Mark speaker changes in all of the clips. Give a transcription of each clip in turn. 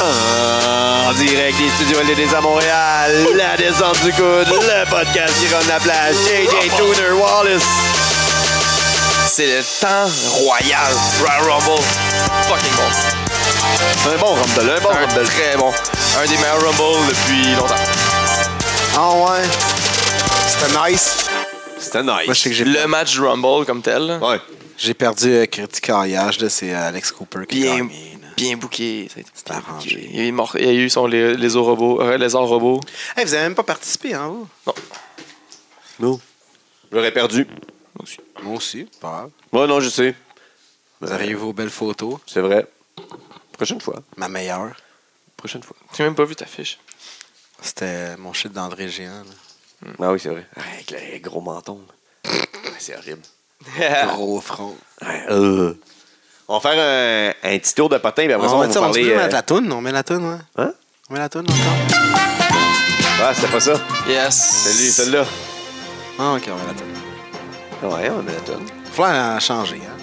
Speaker 1: En direct des studios LDDs à Montréal, la descente du coude, le podcast qui rend la plage, JJ Tuner Wallace. C'est le temps royal.
Speaker 2: Royal Rumble. Fucking bon.
Speaker 1: Un bon rumble,
Speaker 3: Oh,
Speaker 1: un bon
Speaker 2: un
Speaker 1: rumble.
Speaker 2: très bon. Un des meilleurs Rumble depuis longtemps.
Speaker 3: Ah ouais. C'était nice.
Speaker 1: C'était nice.
Speaker 3: Moi, je sais que j'ai
Speaker 2: Le match du Rumble comme tel. là.
Speaker 1: Ouais.
Speaker 3: j'ai perdu euh, critique carrière, là, c'est euh, Alex Cooper qui a
Speaker 2: Bien,
Speaker 3: gagné. là.
Speaker 2: bien booké. ça a été bien
Speaker 3: arrangé.
Speaker 2: booké. Il y a eu, mor- il y a eu son les, les robots, euh, les robots.
Speaker 3: Hey, vous avez même pas participé, hein, vous?
Speaker 1: Non. J'aurais perdu.
Speaker 3: Moi aussi, pas grave.
Speaker 1: Moi, non, je sais.
Speaker 3: Vous avez eu vos belles photos.
Speaker 1: C'est vrai. Prochaine fois.
Speaker 3: Ma meilleure,
Speaker 1: Prochaine fois.
Speaker 2: J'ai même pas vu ta fiche.
Speaker 3: c'était mon shit d'André Géant. là.
Speaker 1: Ah oui, c'est vrai. Avec le gros menton. Ouais, c'est horrible.
Speaker 3: Gros front.
Speaker 1: Ouais, euh. On va faire un, un petit tour de patin, puis après ça, on
Speaker 3: Ah, On,
Speaker 1: va
Speaker 3: met ça, on se
Speaker 1: parler...
Speaker 3: peut
Speaker 1: euh,
Speaker 3: mettre la toune, on met la toune, ouais.
Speaker 1: Hein?
Speaker 3: On met la toune encore.
Speaker 1: Ah, c'était pas ça.
Speaker 2: yes.
Speaker 1: Salut, celle-là.
Speaker 3: Ah, ok, on met la toune.
Speaker 1: Ouais, on met la tonne.
Speaker 3: Faut la changer, hein.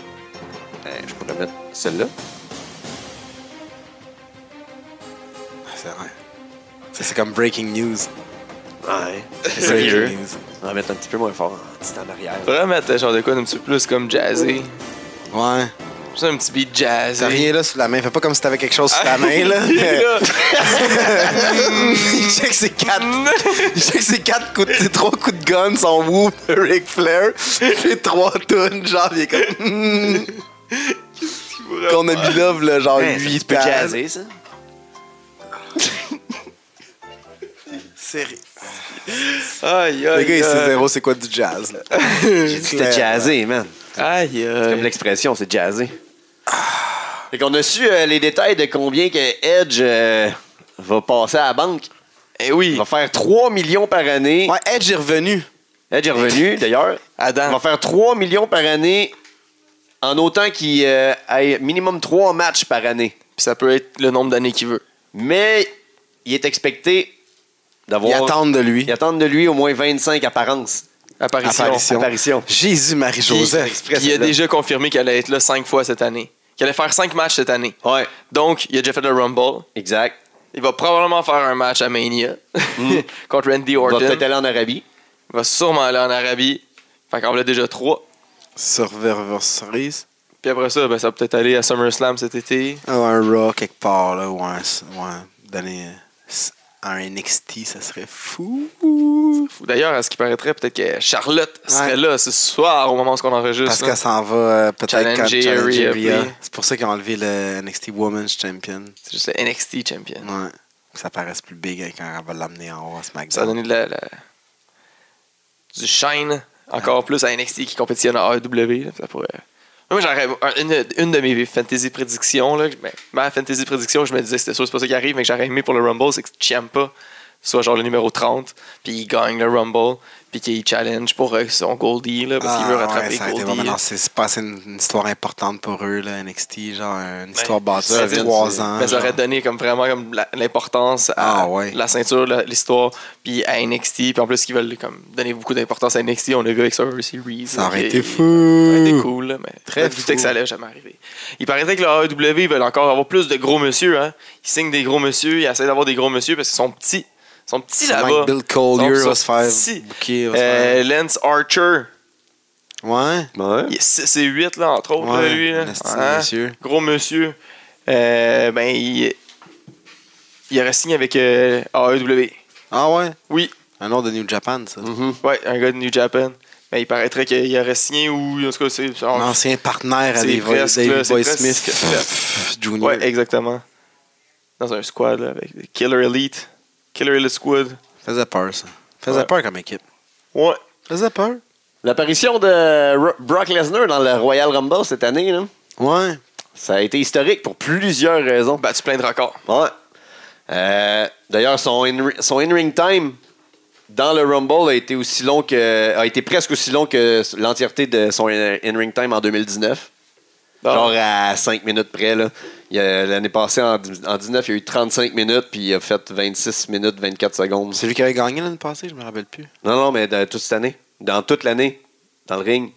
Speaker 1: Eh, je pourrais mettre celle-là.
Speaker 3: C'est vrai. Ça, c'est comme breaking news.
Speaker 1: Ouais.
Speaker 2: C'est mieux.
Speaker 3: Breaking news.
Speaker 1: On va mettre un petit peu moins fort, un petit en arrière.
Speaker 2: Faudrait mettre genre de quoi un petit peu plus comme jazzy.
Speaker 3: Ouais.
Speaker 2: Juste un petit beat jazzy.
Speaker 3: T'as rien là sous la main. Fais pas comme si t'avais quelque chose sous la main, là.
Speaker 2: Là.
Speaker 3: Il check ses quatre. Il check ses quatre coups de, ses trois coups de gun, son whoop de Ric Flair. Il fait trois tonnes, genre, il est comme. hmm. Qu'on a mis là, v'là, genre,
Speaker 1: Ouais, c'est un petit
Speaker 3: 8
Speaker 1: peu jazzé, ça.
Speaker 3: Sérieux.
Speaker 2: Aïe, aïe.
Speaker 3: Le gars, il sait
Speaker 2: aïe.
Speaker 3: zéro, c'est quoi du jazz, là.
Speaker 1: J'ai dit que c'était jazzé, man.
Speaker 2: Aïe,
Speaker 1: C'est Comme
Speaker 2: aïe.
Speaker 1: l'expression, c'est jazzé. Fait qu'on a su euh, les détails de combien que Edge euh, va passer à la banque.
Speaker 2: Eh oui.
Speaker 1: Il va faire 3 millions par année.
Speaker 3: Ouais, Edge est revenu.
Speaker 1: Edge est revenu, d'ailleurs. Il va
Speaker 2: Adam.
Speaker 1: faire 3 millions par année en autant qu'il euh, ait minimum 3 matchs par année.
Speaker 2: Puis ça peut être le nombre d'années qu'il veut.
Speaker 1: Mais il est expecté
Speaker 3: Ils
Speaker 1: d'avoir...
Speaker 3: attendent de lui.
Speaker 1: Ils attendent de lui au moins 25 apparences.
Speaker 2: Apparition.
Speaker 3: Apparition.
Speaker 1: Apparition.
Speaker 3: Jésus-Marie-Joseph.
Speaker 2: Puis il a déjà confirmé qu'elle allait être là cinq fois cette année. Qu'elle allait faire cinq matchs cette année.
Speaker 1: Ouais,
Speaker 2: Donc, il a déjà fait le Rumble.
Speaker 1: exact.
Speaker 2: Il va probablement faire un match à Mania contre Randy
Speaker 1: Il va
Speaker 2: Orton.
Speaker 1: peut-être aller en Arabie.
Speaker 2: Il va sûrement aller en Arabie. Fait qu'on l'a déjà trois.
Speaker 3: Survivor Series.
Speaker 2: Puis après ça, ben, ça va peut-être aller à SummerSlam cet été.
Speaker 3: Ou Ah, un Raw quelque part, là, ou un. Ouais, donner euh, un NXT, ça serait fou.
Speaker 2: Ou D'ailleurs, à ce qui paraîtrait, peut-être que Charlotte serait
Speaker 3: Ouais.
Speaker 2: là ce soir au moment où on enregistre.
Speaker 3: Parce
Speaker 2: là.
Speaker 3: qu'elle s'en va euh, peut-être comme
Speaker 2: Challenger
Speaker 3: Challenger
Speaker 2: Rhea.
Speaker 3: Rhea. C'est pour ça qu'ils ont enlevé le NXT Women's Champion.
Speaker 2: C'est juste le NXT champion.
Speaker 3: Ouais. Que ça paraisse plus big hein, quand elle va l'amener en haut à
Speaker 2: Ça a
Speaker 3: SmackDown.
Speaker 2: donné de la, la- du shine encore plus à NXT qui compétitionne à AEW. là. Ça pourrait... Moi, j'aurais un- une, une de mes fantasy prédictions. Là, ben, ma fantasy prédiction, je me disais, c'était sûr, c'est pas ça qui arrive, mais que j'aurais aimé pour le Rumble, c'est que Ciampa soit genre le numéro 30, puis il gagne le Rumble, puis qu'il challenge pour euh, son Goldie, là, parce qu'il veut
Speaker 3: Ah, ouais,
Speaker 2: rattraper
Speaker 3: ça a été
Speaker 2: Goldie. hein.
Speaker 3: vraiment-
Speaker 2: là.
Speaker 3: non, c'est c'est pas assez une, une histoire importante pour eux, là, NXT. Genre,
Speaker 2: Ben,
Speaker 3: une histoire bâtie
Speaker 1: ça,
Speaker 3: sur
Speaker 1: Vince,
Speaker 3: trois ans.
Speaker 2: Mais ben, ça aurait
Speaker 3: genre.
Speaker 2: donné comme vraiment comme la- l'importance à
Speaker 3: Ah ouais.
Speaker 2: la ceinture, la- l'histoire, puis à NXT. Puis en plus, ils veulent comme, donner beaucoup d'importance à NXT. On l'a vu avec Survivor Series.
Speaker 3: Ça aurait
Speaker 2: Et-
Speaker 3: été
Speaker 2: Ça aurait été
Speaker 3: fou.
Speaker 2: cool, là, mais
Speaker 3: Très
Speaker 2: très douté
Speaker 3: fou.
Speaker 2: que ça allait jamais arriver. Il paraîtrait que le AEW veulent encore avoir plus de gros monsieur. Hein. Ils signent des gros monsieur, ils essaient d'avoir des gros monsieur parce qu'ils sont petits. Ils sont petits là-bas.
Speaker 3: Mike Bill
Speaker 2: Ils
Speaker 3: Collier
Speaker 2: sont-
Speaker 3: va se faire
Speaker 2: si.
Speaker 3: booker, va se
Speaker 2: Euh,
Speaker 3: faire-
Speaker 2: Lance Archer, Euh,
Speaker 3: Ouais.
Speaker 1: Ouais.
Speaker 2: il est 6 et 8, là, entre autres, là,
Speaker 3: Ouais,
Speaker 2: lui. là.
Speaker 3: nasty
Speaker 2: Hein?
Speaker 3: monsieur.
Speaker 2: Gros monsieur. Euh, ben, il, il aurait signé avec euh, AEW.
Speaker 3: Ah ouais.
Speaker 2: Oui, Mhm.
Speaker 3: Un nom de New Japan, ça.
Speaker 1: Mhm.
Speaker 2: ouais, un gars de New Japan. Mais il paraîtrait qu'il aurait signé ou, en tout cas, c'est.
Speaker 3: Un ancien partenaire à
Speaker 2: C'est
Speaker 3: David,
Speaker 2: presque,
Speaker 3: David
Speaker 2: là, c'est
Speaker 3: Boy
Speaker 2: presque
Speaker 3: Smith Jr.
Speaker 2: Ouais, exactement. Dans un squad là, avec Killer Elite. Killer Elite Squad.
Speaker 3: Faisait peur, ça. Faisait
Speaker 2: Ouais.
Speaker 3: peur comme équipe.
Speaker 2: Ouais.
Speaker 3: Faisait peur.
Speaker 1: L'apparition de Ro- Brock Lesnar dans le Royal Rumble cette année, là,
Speaker 3: Ouais.
Speaker 1: ça a été historique pour plusieurs raisons.
Speaker 2: Battu plein de records.
Speaker 1: Ben, Ouais. Euh, D'ailleurs, son in- son in-ring time dans le Rumble a été aussi long que a été presque aussi long que l'entièreté de son in- in-ring time en 2019.
Speaker 2: Ah.
Speaker 1: Genre à 5 minutes près. là. Il y a- L'année passée, en, en 19, il y a eu 35 minutes, puis il a fait 26 minutes 24 secondes.
Speaker 3: C'est lui qui avait gagné l'année passée, je me rappelle plus.
Speaker 1: Non, non, mais de- toute cette année. Dans toute l'année. Dans le ring.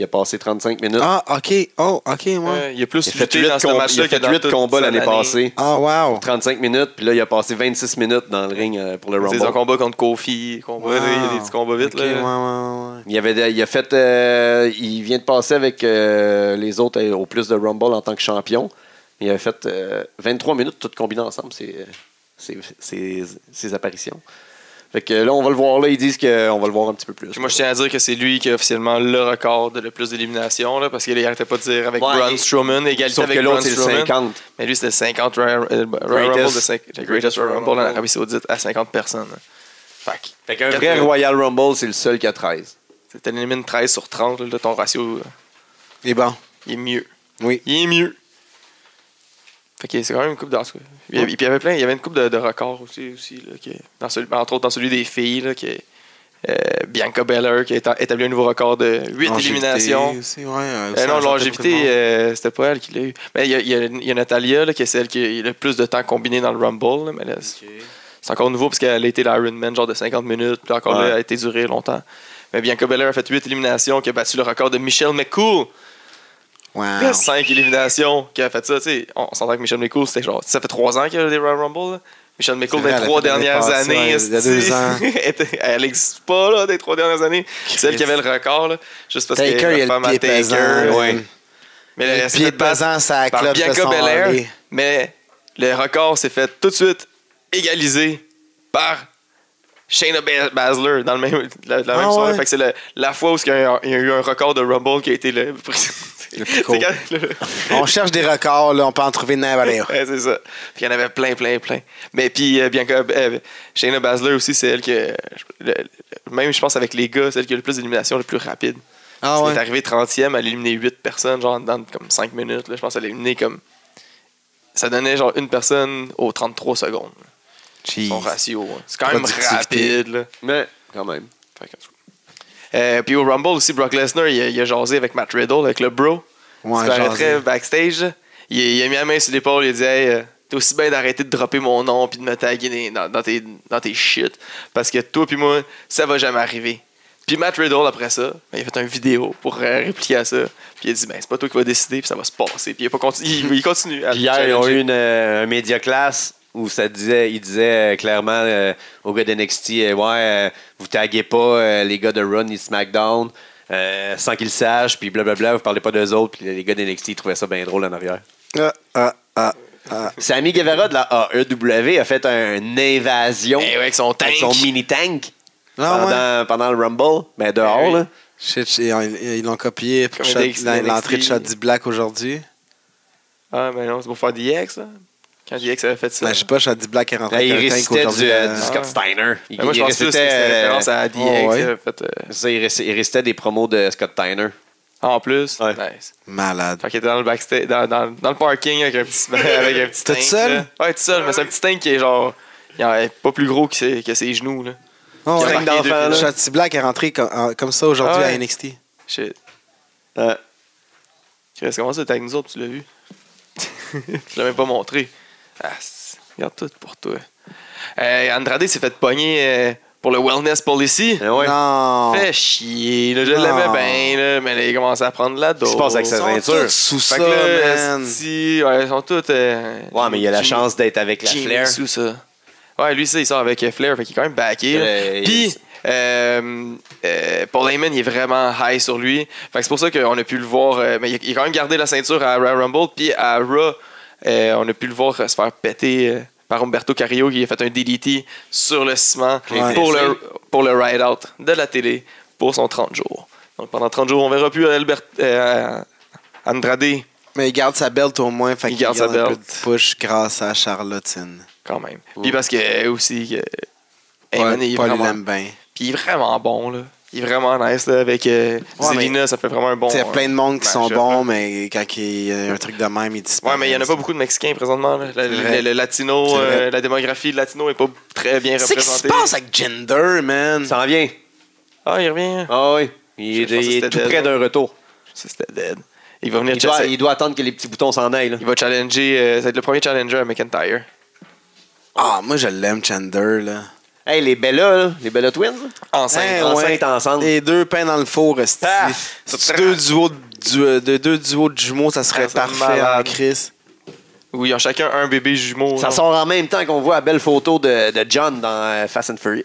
Speaker 1: Il a passé 35 minutes.
Speaker 3: Ah, ok. Oh, ok, ouais.
Speaker 2: Euh, il a plus
Speaker 1: il a fait
Speaker 2: lutté
Speaker 1: 8,
Speaker 2: dans ce match-là que dans toute
Speaker 1: combats
Speaker 2: sa
Speaker 1: l'année
Speaker 2: année.
Speaker 1: passée.
Speaker 3: Ah, wow.
Speaker 1: 35 minutes, puis là, il a passé 26 minutes dans le ring euh, pour le
Speaker 2: C'est son
Speaker 1: Rumble.
Speaker 2: combat contre Kofi, combat,
Speaker 3: Wow.
Speaker 2: il y a des petits combats vite.
Speaker 3: Ok,
Speaker 2: là.
Speaker 3: ouais, ouais, ouais.
Speaker 1: Il, avait, il a fait. euh, il vient de passer avec euh, les autres euh, au plus de Rumble en tant que champion. Il a fait euh, 23 minutes, toutes combinées ensemble, ses, euh, ses- ses- ses apparitions. Fait que là, on va le voir là. Ils disent qu'on va le voir un petit peu plus.
Speaker 2: Puis moi, je tiens à dire que c'est lui qui a officiellement le record de le plus d'éliminations, là, parce qu'il n'arrêtait pas de dire avec
Speaker 1: Ouais,
Speaker 2: Braun
Speaker 1: et-
Speaker 2: Strowman, égalité
Speaker 1: Sauf
Speaker 2: avec
Speaker 1: que l'autre,
Speaker 2: Braun
Speaker 1: c'est le
Speaker 2: Strowman.
Speaker 1: 50.
Speaker 2: Mais lui, c'était 50 Royal, euh, Royal
Speaker 1: Greatest-
Speaker 2: Rumble, de cinq- le greatest Royal Rumble en
Speaker 1: Rumble.
Speaker 2: Arabie Saoudite à 50 personnes. Fait que-
Speaker 1: Fait qu'un
Speaker 2: Quatre-
Speaker 1: vrai Royal Rumble, c'est le seul qui a 13.
Speaker 2: T'en élimines 13 sur 30, là, ton ratio, euh,
Speaker 3: Et bon.
Speaker 2: il est mieux.
Speaker 3: Oui.
Speaker 2: Il est mieux. Fait que c'est quand même une coupe dans ce il y avait- Puis il y avait plein, il y avait une coupe de, de records aussi, aussi là, qui est- dans celui- entre autres dans celui des filles, là, qui est, euh, Bianca Belair qui a éta- établi un nouveau record de 8
Speaker 3: Longévité
Speaker 2: éliminations.
Speaker 3: aussi, ouais, euh,
Speaker 2: Euh,
Speaker 3: ça,
Speaker 2: non,
Speaker 3: ça fait
Speaker 2: longévité,
Speaker 3: tout
Speaker 2: euh, c'était pas elle qui l'a eu. Mais il y a, il y a- il y a Natalia, là, qui est celle qui a le plus de temps combiné dans le Rumble. là, mais là, c'est-
Speaker 3: le monde.
Speaker 2: c'est encore nouveau parce qu'elle a été l'Iron Man genre de 50 minutes, puis encore
Speaker 1: Ouais.
Speaker 2: là, elle a été durée longtemps. Mais Bianca Belair a fait 8 éliminations, qui a battu le record de Michelle McCool.
Speaker 3: Wow.
Speaker 2: 5 éliminations qui a fait ça. tu sais, on s'entend que Michel McCool, c'était genre. Ça fait 3 ans qu'il y a des Royal Rumble. là. Michel McCool,
Speaker 3: C'est
Speaker 2: des
Speaker 3: vrai,
Speaker 2: trois
Speaker 3: elle a fait l'année
Speaker 2: dernières
Speaker 3: passée,
Speaker 2: années.
Speaker 3: ouais, il y a deux
Speaker 2: esti,
Speaker 3: ans.
Speaker 2: était- elle n'existe pas, là, des trois dernières années. Celle qui avait le record, là, juste parce que
Speaker 3: Taker, il
Speaker 2: la
Speaker 3: y a
Speaker 2: femme
Speaker 3: le
Speaker 2: à
Speaker 3: pied
Speaker 2: Taker.
Speaker 3: pesant.
Speaker 2: ouais.
Speaker 3: man.
Speaker 2: Mais elle
Speaker 3: Le
Speaker 2: s'est
Speaker 3: pied
Speaker 2: fait battre
Speaker 3: pesant, ça
Speaker 2: par
Speaker 3: clope de
Speaker 2: Bianca
Speaker 3: son
Speaker 2: Belair.
Speaker 3: aller.
Speaker 2: Mais le record s'est fait tout de suite égalisé par Shayna Ba- Baszler dans le même, la, la
Speaker 3: Ah
Speaker 2: même soirée.
Speaker 3: ouais?
Speaker 2: Fait que c'est le- la fois où il y, a eu, il y a eu un record de Rumble qui a été le.
Speaker 3: Le plus
Speaker 2: C'est
Speaker 3: court.
Speaker 2: quand- le-
Speaker 3: On cherche des records, là, on peut en trouver Navarro.
Speaker 2: Ouais, c'est ça. Puis il y en avait plein, plein, plein. Mais puis, euh, Bianca, euh, Shayna Baszler aussi, c'est elle qui. euh, je- le- le- même, je pense, avec les gars, c'est elle qui a le plus d'éliminations le plus rapide.
Speaker 3: Ah
Speaker 2: Elle est
Speaker 3: ouais.
Speaker 2: arrivée 30e, elle a éliminé 8 personnes, genre, dans comme 5 minutes. là. Je pense qu'elle a éliminé comme. Ça donnait genre une personne aux 33 secondes.
Speaker 3: Jeez.
Speaker 2: Son ratio. hein. C'est quand même
Speaker 3: Productivité.
Speaker 2: rapide, là.
Speaker 1: Mais quand même.
Speaker 2: Fait que, en tout cas. Euh, puis au Rumble aussi, Brock Lesnar, il, a- il a jasé avec Matt Riddle, avec le bro.
Speaker 3: Ouais,
Speaker 2: tu
Speaker 3: jasé.
Speaker 2: l'arrêterais backstage. là. Il, il a mis la main sur l'épaule, il a dit Hey, euh, t'es aussi bien d'arrêter de dropper mon nom puis de me taguer dans- dans, dans tes, dans tes shit. Parce que toi puis moi, ça va jamais arriver. Puis Matt Riddle, après ça, ben, il a fait une vidéo pour euh, répliquer à ça. Puis il a dit ben, C'est pas toi qui vas décider, puis ça va se passer. Puis il, a pas continu- il, il continue. à
Speaker 1: Puis hier, ils ont
Speaker 2: challenger.
Speaker 1: eu une, euh, un média classe où ça disait, il disait euh, clairement euh, aux gars d'NXT, euh, ouais, euh, vous taguez pas euh, les gars de Run et SmackDown euh, sans qu'ils le sachent, puis blablabla, vous parlez pas d'eux autres, puis les gars d'NXT ils trouvaient ça bien drôle en arrière.
Speaker 3: Ah, ah, ah, ah.
Speaker 1: Sammy Guevara de la AEW a fait un- une invasion
Speaker 2: Eh ouais, avec son tank.
Speaker 1: avec son mini-tank
Speaker 3: Ah ouais.
Speaker 1: pendant, pendant le Rumble, mais dehors,
Speaker 2: Eh oui.
Speaker 1: là.
Speaker 3: Shit, shit, ils ils l'ont copié pour
Speaker 2: Comme
Speaker 3: Shot-
Speaker 2: NXT.
Speaker 3: la- l'entrée de Shotzi Black aujourd'hui.
Speaker 2: Ah, mais non, c'est pour faire DX, là. Quand DX avait fait ça.
Speaker 3: Ben, je sais pas, Shotzi Black est rentrée
Speaker 1: Là, il
Speaker 3: avec un tank
Speaker 1: récitait
Speaker 3: aujourd'hui.
Speaker 1: du, euh,
Speaker 3: euh,
Speaker 1: du Scott Steiner. Il,
Speaker 2: Ben, moi, je
Speaker 1: il
Speaker 2: pense plus que
Speaker 1: récitait,
Speaker 2: c'était
Speaker 1: euh,
Speaker 2: référence à DX.
Speaker 3: oh, ouais.
Speaker 2: euh, fait, euh,
Speaker 1: ça, il réci- il récitait des promos de Scott Steiner.
Speaker 2: En plus,
Speaker 1: Ouais.
Speaker 2: nice.
Speaker 3: Malade.
Speaker 2: Fait qu'il était dans le backstage, dans, dans, dans le parking avec un petit, avec un petit
Speaker 3: T'es
Speaker 2: tank.
Speaker 3: tout seul?
Speaker 2: là. Ouais, tout seul, mais c'est un petit tank qui est genre. Il en est pas plus gros que ses, que ses genoux, là.
Speaker 3: Oh,
Speaker 2: Tank
Speaker 3: ouais.
Speaker 2: d'enfant, là.
Speaker 3: Shotzi Black est rentrée comme, en- comme ça aujourd'hui
Speaker 2: Ah ouais.
Speaker 3: à NXT.
Speaker 2: Shit.
Speaker 3: Euh,
Speaker 1: Ouais.
Speaker 2: Chris, comment ça, t'es avec nous autres, tu l'as vu? Je l'ai même pas montré. Ah, c'est- regarde tout pour toi. Euh, Andrade s'est fait pogner euh, pour le wellness policy.
Speaker 1: Ah ouais.
Speaker 3: Non.
Speaker 2: Fait chier, là. Je
Speaker 3: Non.
Speaker 2: l'aimais bien, là, mais là, il a commencé à prendre la dose.
Speaker 1: se passe avec
Speaker 3: Ils
Speaker 1: sa
Speaker 3: sont
Speaker 1: ceinture.
Speaker 3: tous sous
Speaker 2: Fait
Speaker 3: ça,
Speaker 2: que là,
Speaker 3: man.
Speaker 2: esti, ouais, ils sont tous. euh,
Speaker 1: Ouais, mais il a la
Speaker 2: Jimmy-
Speaker 1: chance d'être avec la
Speaker 2: Jimmy
Speaker 1: flair.
Speaker 2: sous ça. Ouais, lui, ça, il sort avec euh, Flair, fait qu'il est quand même backé. là.
Speaker 1: Euh,
Speaker 2: Puis,
Speaker 1: il-
Speaker 2: euh, euh, Paul Heyman, il est vraiment high sur lui. Fait que c'est pour ça qu'on a pu le voir. euh, mais il a, il a quand même gardé la ceinture à Royal Rumble. Puis à Raw, euh, on a pu le voir euh, se faire péter euh, par Umberto Carrillo, qui a fait un DDT sur le ciment
Speaker 3: Ouais.
Speaker 2: pour, le, pour le ride-out de la télé pour son 30 jours. Donc pendant 30 jours, on verra plus Albert, euh, Andrade
Speaker 3: Mais il garde sa belt au moins, fait
Speaker 2: Il
Speaker 3: qu'il garde,
Speaker 2: garde sa
Speaker 3: un peu
Speaker 2: belt.
Speaker 3: de push grâce à Charlottine.
Speaker 2: quand même. Puis parce que euh, aussi, euh,
Speaker 3: Paul,
Speaker 2: Heyman, il est
Speaker 3: Paul, il
Speaker 2: vraiment-
Speaker 3: l'aime bien.
Speaker 2: Puis il est vraiment bon, là. Il est vraiment nice, là, avec euh,
Speaker 3: Ouais,
Speaker 2: Zelina, ça fait vraiment un bon...
Speaker 3: Il y a
Speaker 2: euh,
Speaker 3: plein de monde qui
Speaker 2: match-up,
Speaker 3: sont
Speaker 2: là.
Speaker 3: bons, mais quand il y a un truc de même, ils disparaissent.
Speaker 2: Ouais, mais il n'y en a pas beaucoup de Mexicains présentement. là. Le,
Speaker 3: C'est vrai.
Speaker 2: le- le latino,
Speaker 3: C'est vrai.
Speaker 2: euh, la démographie latino est pas très bien
Speaker 3: C'est ce qui se
Speaker 2: représentée.
Speaker 3: passe avec Gender, man.
Speaker 1: Ça en vient.
Speaker 2: Ah, il revient.
Speaker 1: Ah oui. Il,
Speaker 2: Je pense
Speaker 1: il
Speaker 2: que
Speaker 1: est
Speaker 2: c'était
Speaker 1: tout
Speaker 2: dead.
Speaker 1: près d'un retour.
Speaker 2: Ça, c'était dead. Il va venir
Speaker 1: Il doit,
Speaker 2: chasser-
Speaker 1: il doit attendre que les petits boutons s'en aillent. là.
Speaker 2: il va challenger... euh, ça va être le premier challenger à McIntyre.
Speaker 3: Ah, moi, je l'aime, Gender, là.
Speaker 1: Hey, les Bella, là, les Bella Twins. là.
Speaker 2: Enceinte.
Speaker 3: Hey,
Speaker 1: enceintes ensemble.
Speaker 3: Et deux pains dans le four, esti.
Speaker 2: Ah!
Speaker 3: Si deux duos de, du- euh, de- deux duos de jumeaux, ça serait
Speaker 2: Ah, ça serait
Speaker 3: parfait en
Speaker 2: malade.
Speaker 3: Chris.
Speaker 2: Oui, ils ont chacun un bébé jumeau.
Speaker 1: Ça
Speaker 2: là.
Speaker 1: sort en même temps qu'on voit la belle photo de, de John dans euh, Fast and Furious.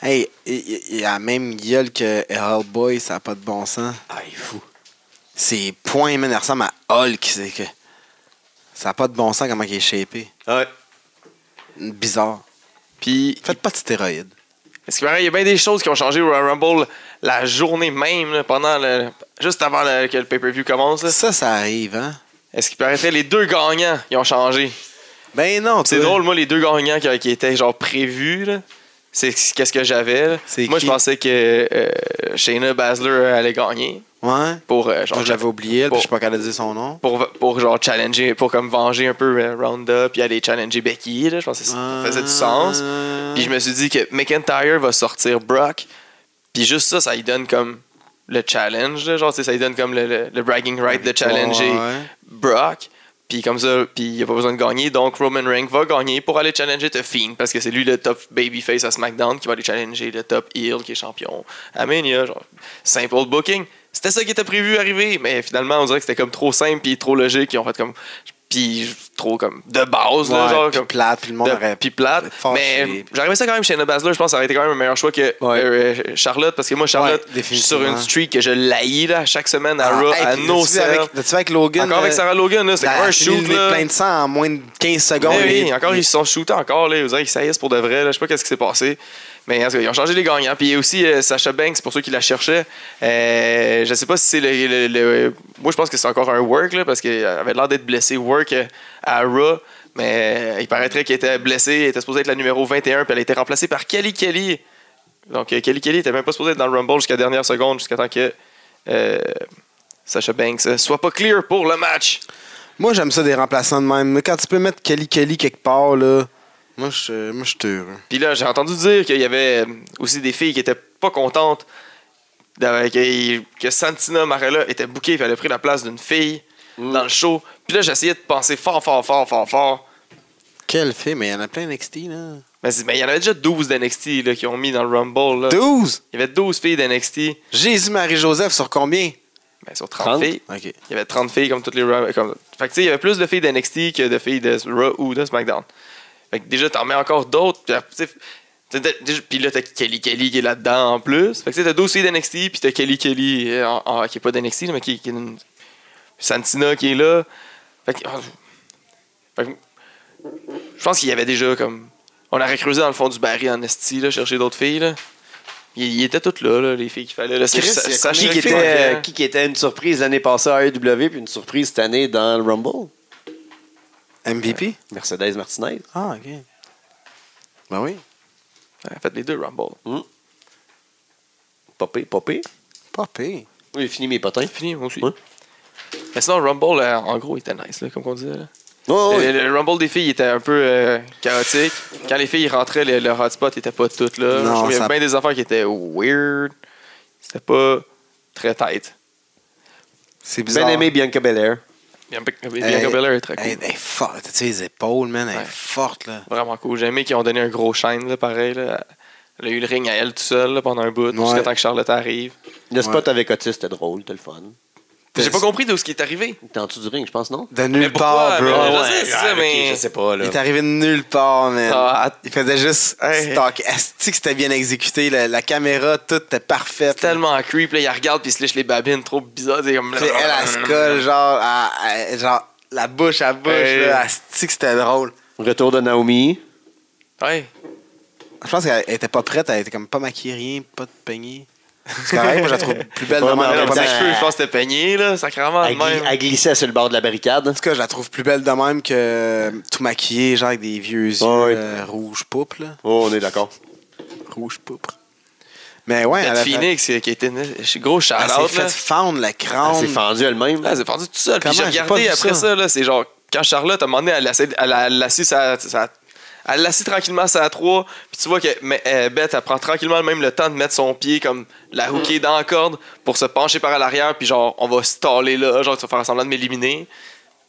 Speaker 3: Hey, il il a la même gueule que Hellboy, ça n'a pas de bon sens.
Speaker 1: Ah, il est fou.
Speaker 3: Ses points, man, ils ressemblent à Hulk. C'est que... Ça n'a pas de bon sens comment il est shapé.
Speaker 1: Ouais.
Speaker 3: Bizarre.
Speaker 2: Puis,
Speaker 3: Faites pas de stéroïdes.
Speaker 2: parce qu'il y a bien des choses qui ont changé au Royal Rumble la journée même, là, pendant le, juste avant le- que le pay-per-view commence. là.
Speaker 3: Ça, ça arrive, hein?
Speaker 2: Est-ce qu'il paraîtrait les deux gagnants, ils ont changé?
Speaker 3: Ben non,
Speaker 2: C'est
Speaker 3: toi.
Speaker 2: drôle, moi, les deux gagnants qui, qui étaient genre prévus, là, c'est c- qu'est-ce que j'avais. là.
Speaker 3: C'est
Speaker 2: Moi,
Speaker 3: qui?
Speaker 2: je pensais que euh, Shayna Baszler euh, allait gagner
Speaker 3: Ouais.
Speaker 2: pour, euh, genre,
Speaker 3: Moi, je l'avais oublié, puis
Speaker 2: Bon.
Speaker 3: je suis pas capable de dire son nom.
Speaker 2: pour, pour genre challenger, pour comme venger un peu euh, Roundup puis aller challenger Becky. là. Je pensais que
Speaker 3: Ah.
Speaker 2: ça faisait du sens. Puis je me suis dit que McIntyre va sortir Brock. Puis juste ça, ça lui donne comme le challenge. là. Genre, tu sais, ça lui donne comme le, le- le bragging right de challenger
Speaker 3: Ouais.
Speaker 2: Brock. Puis comme ça, puis il a pas besoin de gagner. Donc Roman Reigns va gagner pour aller challenger The Fiend. Parce que c'est lui le top babyface à SmackDown qui va aller challenger le top heel qui est champion. Aménia, genre, simple booking. C'était ça qui était prévu arriver. Mais finalement, on dirait que c'était comme trop simple puis trop logique. Ils ont fait comme... Puis trop comme de base. là,
Speaker 3: Ouais,
Speaker 2: genre,
Speaker 3: puis
Speaker 2: comme-
Speaker 3: plate, puis le monde
Speaker 2: de-
Speaker 3: aurait
Speaker 2: puis plate.
Speaker 3: fâché, puis-
Speaker 2: Mais j'arrivais ça quand même chez Basler, je pense que ça aurait été quand même un meilleur choix que
Speaker 1: Ouais.
Speaker 2: euh, euh, Charlotte, parce que moi, Charlotte,
Speaker 3: Ouais,
Speaker 2: je suis sur
Speaker 3: définitivement.
Speaker 2: une streak que je laïs là, chaque semaine à
Speaker 3: Ah,
Speaker 2: Raw,
Speaker 3: hey,
Speaker 2: à
Speaker 3: puis
Speaker 2: No
Speaker 3: l'as-tu vu
Speaker 2: Cell.
Speaker 3: avec- L'as-tu vu avec Logan?
Speaker 2: Encore avec
Speaker 3: euh,
Speaker 2: Sarah Logan, là, c'était
Speaker 3: la-
Speaker 2: un
Speaker 3: la-
Speaker 2: shoot.
Speaker 3: Il est
Speaker 2: Là.
Speaker 3: plein de sang en moins de 15
Speaker 2: Mais
Speaker 3: secondes.
Speaker 2: Eh oui,
Speaker 3: Il-
Speaker 2: encore, ils se sont shootés encore, là, ils dirait qu'ils saillissent pour de vrai, là, je sais pas qu'est-ce qui s'est passé. Mais en tout cas, ils ont changé les gagnants. Puis il y a aussi euh, Sacha Banks, pour ceux qui la cherchaient. Euh, je sais pas si c'est le, le- le- Moi, je pense que c'est encore un work, là, parce qu'il avait l'air d'être blessé work euh, à Raw. Mais euh, il paraîtrait qu'il était blessé, il était supposé être la numéro 21, puis elle a été remplacée par Kelly Kelly. Donc euh, Kelly Kelly était même pas supposé être dans le Rumble jusqu'à la dernière seconde, jusqu'à temps que euh, Sacha Banks euh, soit pas clear pour le match.
Speaker 3: Moi, j'aime ça des remplaçants de même. Quand tu peux mettre Kelly Kelly quelque part, là, moi, je moi, je suis heureux.
Speaker 2: Puis là, j'ai entendu dire qu'il y avait euh, aussi des filles qui étaient pas contentes d'avoir- que, que Santina Marella était bouquée et elle a pris la place d'une fille dans le show. Puis là, j'essayais de penser fort, fort, fort, fort, fort.
Speaker 3: Quel fait, mais il y en a plein NXT, là.
Speaker 2: Mais c'est- mais il y en avait déjà 12 d'NXT là, qui ont mis dans le Rumble. là.
Speaker 3: 12!
Speaker 2: Il y avait 12 filles d'NXT.
Speaker 3: Jésus-Marie-Joseph sur combien?
Speaker 2: Ben, sur 30,
Speaker 1: 30.
Speaker 2: filles.
Speaker 3: OK.
Speaker 2: Il y avait 30 filles comme toutes les Raw. Comme... Fait que tu sais, il y avait plus de filles d'NXT que de filles de Raw ou de SmackDown. Fait que déjà, t'en mets encore d'autres. Puis, tu sais, t'as- t'as- déjà- puis là, t'as Kelly Kelly qui est là-dedans en plus. Fait que tu sais, t'as 12 filles d'NXT, puis t'as Kelly Kelly euh, en- en- qui est pas d'NXT, mais qui, qui est une- Santina qui est là. Fait que. oh. Fait que je pense qu'il y avait déjà comme. On aurait creusé dans le fond du baril en esti, là, chercher d'autres filles. Là. Ils, ils étaient toutes là, là, les filles qu'il fallait. là.
Speaker 1: Chris,
Speaker 2: Sa-
Speaker 1: il y a
Speaker 2: Sacha
Speaker 1: combien de
Speaker 2: qui
Speaker 1: filles,
Speaker 2: était-
Speaker 1: euh, qui, qui était une surprise l'année passée à AEW puis une surprise cette année dans le Rumble?
Speaker 3: MVP?
Speaker 1: Mercedes Martinez.
Speaker 3: Ah, OK. Ben oui.
Speaker 2: Ouais, Faites les deux Rumble.
Speaker 1: Popé, popé.
Speaker 3: Pas pire.
Speaker 1: Oui, j'ai fini Euh, mes potins.
Speaker 2: Fini, moi aussi.
Speaker 1: Ouais.
Speaker 2: Mais sinon, le Rumble, euh, en gros, il était nice, là, comme on disait. là.
Speaker 3: Oh
Speaker 1: Non,
Speaker 2: Le- le, le Rumble des filles il était un peu euh, chaotique. Quand les filles rentraient, le, le hotspot était pas tout là.
Speaker 3: Non,
Speaker 2: Je trouve qu'il y
Speaker 3: ça-
Speaker 2: avait bien des affaires qui étaient weird. C'était pas très tight.
Speaker 3: C'est
Speaker 2: Ben
Speaker 3: bizarre.
Speaker 1: bien aimé Bianca Belair.
Speaker 2: Bianca
Speaker 3: Hey,
Speaker 2: Bianca Belair est très cool.
Speaker 3: Elle elle est forte. Tu sais, les épaules, man, elle est
Speaker 2: Ouais.
Speaker 3: forte, là.
Speaker 2: Vraiment cool. J'ai aimé qu'ils ont donné un gros shine, là, pareil. là. Elle a eu le ring à elle tout seule là, pendant un bout,
Speaker 3: Ouais.
Speaker 2: jusqu'à temps que Charlotte arrive.
Speaker 1: Le spot avec Otis, c'était drôle, c'était le fun.
Speaker 2: Puis J'ai pas compris d'où ce qui est arrivé.
Speaker 1: Il était en dessous du ring, je pense, non?
Speaker 3: De nulle
Speaker 2: pourquoi,
Speaker 3: part, bro.
Speaker 2: mais-
Speaker 1: Ah,
Speaker 2: je sais, c'est ça,
Speaker 1: ok,
Speaker 2: mais-
Speaker 1: Je sais pas,
Speaker 3: Il
Speaker 1: là.
Speaker 3: est arrivé de nulle part, man.
Speaker 2: Ah,
Speaker 3: Il faisait juste
Speaker 2: Hey.
Speaker 3: stock. Est-ce que c'était bien exécuté? La, la caméra, tout était parfait.
Speaker 2: c'est tellement creep. Là, il la regarde puis il se lèche les babines trop bizarre. C'est comme...
Speaker 3: Tu sais, elle, elle se colle, genre, à- à- genre, la bouche à bouche.
Speaker 2: Hey.
Speaker 3: là. Asti que c'était drôle.
Speaker 1: Retour de Naomi.
Speaker 2: Ouais.
Speaker 3: Je pense qu'elle était pas prête. Elle était comme pas maquillée, rien, pas de peignée. C'est correct, moi, je la trouve plus belle
Speaker 1: Ouais,
Speaker 3: de
Speaker 1: mais
Speaker 3: même.
Speaker 1: en
Speaker 2: Elle
Speaker 1: même temps,
Speaker 2: a pas
Speaker 3: que-
Speaker 2: ses
Speaker 1: euh,
Speaker 2: cheveux, je pense que c'était peigné, là, sacrément. de
Speaker 1: Elle, gli-
Speaker 2: même.
Speaker 1: elle glissait sur le bord de la barricade.
Speaker 3: En tout cas, je la trouve plus belle de même que euh, tout maquillée, genre avec des vieux yeux
Speaker 1: Ouais, ouais.
Speaker 3: euh, rouge poupe, là.
Speaker 1: Oh, on est d'accord.
Speaker 3: Rouge poupre. Mais ouais,
Speaker 2: Beth
Speaker 3: elle a fait,
Speaker 2: Phoenix euh, qui était une une gros
Speaker 3: elle
Speaker 2: shout-out.
Speaker 3: s'est
Speaker 2: là.
Speaker 3: Ah,
Speaker 2: Ah,
Speaker 3: fait fendre la
Speaker 1: Elle
Speaker 3: crâne.
Speaker 1: s'est fendue elle-même.
Speaker 2: Là, Elle s'est pendue toute seule. Puis
Speaker 3: Comment
Speaker 2: j'ai
Speaker 3: j'ai pas
Speaker 2: regardé
Speaker 3: vu
Speaker 2: après
Speaker 3: ça?
Speaker 2: ça, là, c'est genre quand Charlotte a demandé, elle assis, elle, elle assis sa- sa- elle l'assit tranquillement sa 3, puis tu vois que mais, euh, Beth, elle prend tranquillement même le temps de mettre son pied comme la hooker dans la corde pour se pencher par à l'arrière, puis genre on va staller là, genre tu vas faire semblant de m'éliminer.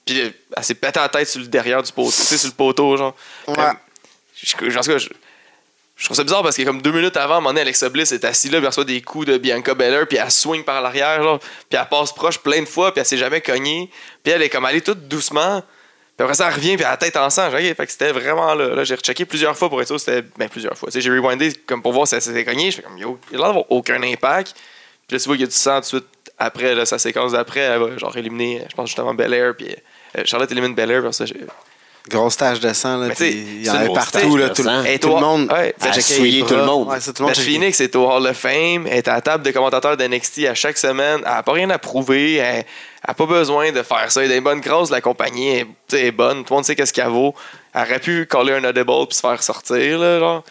Speaker 2: Puis euh, elle s'est pétée la tête sur le derrière du poteau, tu sais, sur le poteau, genre.
Speaker 3: Ouais.
Speaker 2: Mais, je- je- en tout cas, je- Je trouve ça bizarre parce que comme deux minutes avant, à un moment donné, Alexa Bliss est assise là, puis elle reçoit des coups de Bianca Belair, puis elle swing par l'arrière, genre, puis elle passe proche plein de fois, puis elle s'est jamais cognée. Puis elle est comme allée toute doucement. Puis après ça, elle revient, puis elle a la tête en sang. J'ai dit, OK, fait que c'était vraiment là. Là, j'ai rechecké plusieurs fois pour être sûr que c'était... Ben, plusieurs fois. Tu sais, j'ai rewindé comme pour voir si elle s'était cognée. Je fais comme, yo, il a l'air d'avoir aucun impact. Puis là, tu vois qu'il y a du sang tout de suite après, là, sa séquence d'après, elle va genre éliminer, euh, je pense justement, Belair, puis euh, Charlotte élimine Belair, puis ça, j'ai-
Speaker 3: Grosse tache de sang, là.
Speaker 2: Mais tu sais,
Speaker 3: puis Il y
Speaker 2: c'est
Speaker 3: en
Speaker 2: une
Speaker 3: avait
Speaker 1: grosse
Speaker 3: partout,
Speaker 1: tache
Speaker 3: là.
Speaker 1: de
Speaker 3: Tout,
Speaker 1: sang.
Speaker 3: le-
Speaker 2: Et
Speaker 3: tout
Speaker 2: toi-
Speaker 3: le monde.
Speaker 2: ouais,
Speaker 3: a
Speaker 1: checké
Speaker 3: souillé
Speaker 1: les
Speaker 3: tout le
Speaker 1: bras.
Speaker 3: monde. Ouais, Ah, ça, tout le monde
Speaker 2: Beth
Speaker 3: checké.
Speaker 2: Phoenix est au Hall of Fame, elle est à la table de commentateurs d'NXT à chaque semaine, elle n'a pas rien à prouver, elle n'a pas besoin de faire ça. Elle est des bonnes grâces, la compagnie est, tu sais, est bonne, tout le monde sait qu'est-ce qu'elle vaut. Elle aurait pu coller un audible puis se faire sortir, là, genre.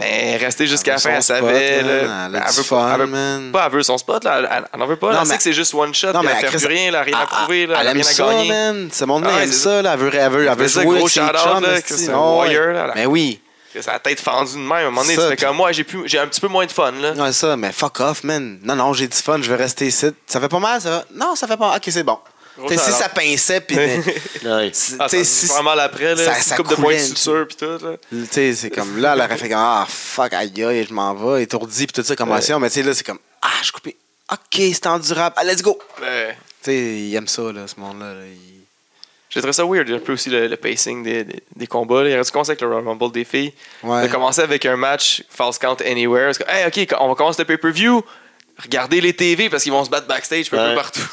Speaker 2: Mais rester jusqu'à la
Speaker 3: veut
Speaker 2: fin,
Speaker 3: son
Speaker 2: elle
Speaker 3: spot,
Speaker 2: savait.
Speaker 3: man.
Speaker 2: là.
Speaker 3: Elle a du
Speaker 2: veut
Speaker 3: fun,
Speaker 2: pas- elle veut
Speaker 3: man.
Speaker 2: pas, elle veut son spot, là. Elle- Elle n'en veut pas.
Speaker 3: Non,
Speaker 2: elle
Speaker 3: mais-
Speaker 2: sait que c'est juste one shot,
Speaker 3: Non,
Speaker 2: puis
Speaker 3: mais
Speaker 2: elle ne
Speaker 3: elle
Speaker 2: fait plus
Speaker 3: crée-
Speaker 2: rien, là, rien à
Speaker 3: Ah,
Speaker 2: prouver, là,
Speaker 3: elle
Speaker 2: rien
Speaker 3: aime
Speaker 2: à
Speaker 3: ça,
Speaker 2: gagner.
Speaker 3: man. Ce monde-là
Speaker 2: Ah,
Speaker 3: aime
Speaker 2: c'est
Speaker 3: ça, là. Elle veut, elle veut, elle veut
Speaker 2: C'est ça,
Speaker 3: jouer
Speaker 2: gros
Speaker 3: avec ses
Speaker 2: shout-out,
Speaker 3: chums,
Speaker 2: là,
Speaker 3: là,
Speaker 2: que
Speaker 3: c'est-
Speaker 2: c'est un
Speaker 3: ouais.
Speaker 2: warrior, là, là.
Speaker 3: Mais oui.
Speaker 2: Ça a la tête fendue de même. À un moment donné,
Speaker 3: Ça,
Speaker 2: tu fais
Speaker 3: puis-
Speaker 2: comme moi, j'ai plus- j'ai un petit peu moins de fun, là.
Speaker 3: Ouais, ça, mais fuck off, man. Non, non, j'ai du fun, je vais rester ici. Ça fait pas mal, ça va. Non, ça fait pas Ok, c'est bon.
Speaker 2: Gros
Speaker 3: T'sais, si
Speaker 2: talent.
Speaker 3: ça pinçait, pis. t'sais,
Speaker 1: Ouais.
Speaker 2: Ah, ça
Speaker 3: t'sais,
Speaker 2: c'est
Speaker 3: si-
Speaker 2: vraiment l'après, là.
Speaker 3: ça-
Speaker 2: c'est
Speaker 3: ça
Speaker 2: une coupe de points de
Speaker 3: coulait,
Speaker 2: suture, puis tout, là.
Speaker 3: T'sais, c'est comme là, elle aurait fait comme Ah, fuck, aïe, aïe, je m'en vais, étourdi, pis tout ça, comme action. Mais tu sais, là, c'est comme Ah, je suis coupé. Ok, c'est endurable. Ah, let's go.
Speaker 2: Mais
Speaker 3: Tu sais, il aime ça, là, ce monde-là. là. Il-
Speaker 2: J'ai trouvé ça weird, un peu aussi le, le pacing des, des, des combats. là. Il aurait dû commencer avec le Royal Rumble des filles.
Speaker 3: Ouais.
Speaker 2: De commencer avec un match False Count Anywhere. C'est comme, hey, ok, on va commencer le pay-per-view. Regardez les TV parce qu'ils vont se battre backstage un
Speaker 1: Ouais.
Speaker 2: peu partout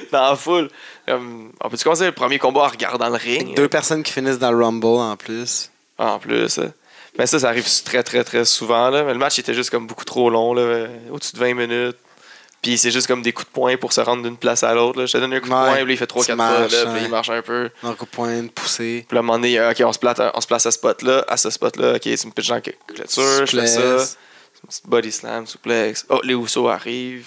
Speaker 2: dans la foule. Comme, on peut-tu commencer le premier combat en regardant le
Speaker 3: Avec
Speaker 2: ring?
Speaker 3: deux personnes qui finissent dans le Rumble en plus.
Speaker 2: En plus. hein. Mais ça, ça arrive très, très, très souvent. Là. Mais le match était juste comme beaucoup trop long, là, euh, au-dessus de 20 minutes. Puis c'est juste comme des coups de poing pour se rendre d'une place à l'autre. là. Je te donne un coup de
Speaker 3: Ouais.
Speaker 2: poing, puis là, il fait 3-4
Speaker 3: Tu
Speaker 2: fois, là,
Speaker 3: marches,
Speaker 2: puis
Speaker 3: ouais.
Speaker 2: il marche un peu.
Speaker 3: Donc, au point de pousser.
Speaker 2: Puis là, à un moment donné, euh, OK, on se, plate- on se place à ce spot-là, à ce spot-là. OK, tu me pitches dans la clôture, je fais ça.
Speaker 3: Souplesse.
Speaker 2: Une petite body slam, souplex. Oh, les Housseaux arrivent.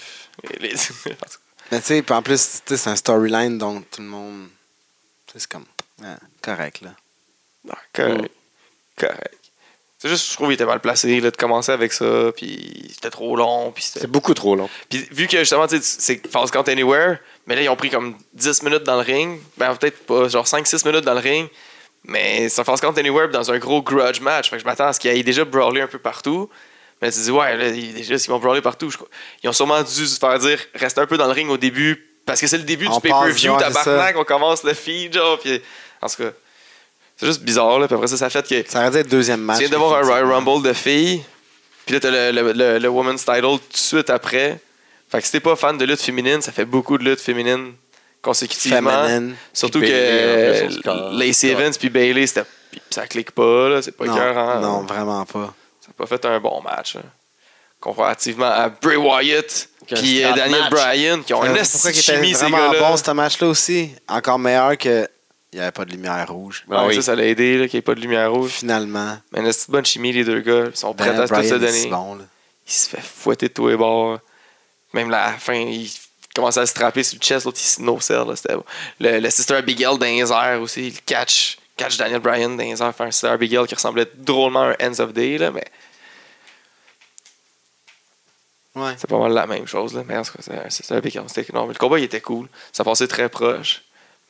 Speaker 2: Et les-
Speaker 3: Mais tu sais, puis en plus, tu sais, c'est un storyline, donc tout le monde. tu sais, C'est comme. ah, correct, là.
Speaker 2: Non, correct. Correct. C'est juste, je trouve qu'il était mal placé là, de commencer avec ça, puis c'était trop long, puis c'était
Speaker 1: C'est beaucoup trop long.
Speaker 2: Puis vu que justement, tu sais, c'est False Count Anywhere, mais là, ils ont pris comme 10 minutes dans le ring. Ben, peut-être pas, genre 5-6 minutes dans le ring. Mais c'est un False Count Anywhere dans un gros grudge match. Fait que je m'attends à ce qu'il y ait déjà brawlé un peu partout. Mais tu te dis, ouais, là, ils- déjà, s'ils vont brawler partout, je crois- ils ont sûrement dû se faire dire, reste un peu dans le ring au début, parce que c'est le début
Speaker 3: On
Speaker 2: du pay-per-view,
Speaker 3: passe, ouais, c'est
Speaker 2: tabarnak, on commence le feed, genre, puis en tout cas, c'est juste bizarre, là. Puis après ça, ça fait que
Speaker 3: Ça aurait dû être deuxième match.
Speaker 2: tu viens de voir un Royal
Speaker 3: effectivement.
Speaker 2: Rumble de filles, puis là, t'as le, le, le- le Women's Title tout de suite après. Fait que si t'es pas fan de lutte féminine, ça fait beaucoup de luttes féminines consécutivement.
Speaker 3: Féminine.
Speaker 2: Surtout
Speaker 1: Puis
Speaker 2: que
Speaker 1: Bayley,
Speaker 2: euh,
Speaker 1: en plus, on se
Speaker 2: Lacey
Speaker 1: calme.
Speaker 2: Evans puis Bailey, ça clique pas, là, c'est pas
Speaker 3: non,
Speaker 2: cœur, hein.
Speaker 3: non, vraiment pas.
Speaker 2: Ça a pas fait un bon match. hein. Comparativement à Bray Wyatt
Speaker 1: Que
Speaker 2: puis
Speaker 1: c'est
Speaker 2: euh,
Speaker 1: un
Speaker 2: Daniel
Speaker 1: match.
Speaker 2: Bryan qui ont un
Speaker 3: Euh,
Speaker 2: esti de
Speaker 3: qu'il était
Speaker 2: chimie, ces
Speaker 3: vraiment
Speaker 2: gars-là.
Speaker 3: bon, ce match-là aussi. Encore meilleur que. Il n'y avait pas de lumière rouge.
Speaker 1: Ah
Speaker 2: Ouais,
Speaker 1: oui.
Speaker 2: Ça, ça l'a aidé, là, qu'il n'y ait pas de lumière rouge.
Speaker 3: Finalement.
Speaker 2: Mais une esti de bonne chimie, les deux gars. Ils sont prêts
Speaker 3: Daniel
Speaker 2: à tout se
Speaker 3: Bryan,
Speaker 2: donner.
Speaker 3: c'est bon, là.
Speaker 2: il se fait fouetter de tous les bords. Même la fin, il commence à se trapper sur le chest, l'autre il se no-sell. là, c'était bon. Le, le Sister Abigail dans les airs aussi, il catch, catch Daniel Bryan dans les airs, fait un Sister Abigail qui ressemblait drôlement à un Ends of Day, là, mais
Speaker 3: Ouais.
Speaker 2: c'est pas mal la même chose. Là. Mais en tout cas, c'est un Sister Abigail. c'était- Non, mais le combat il était cool, ça passait très proche.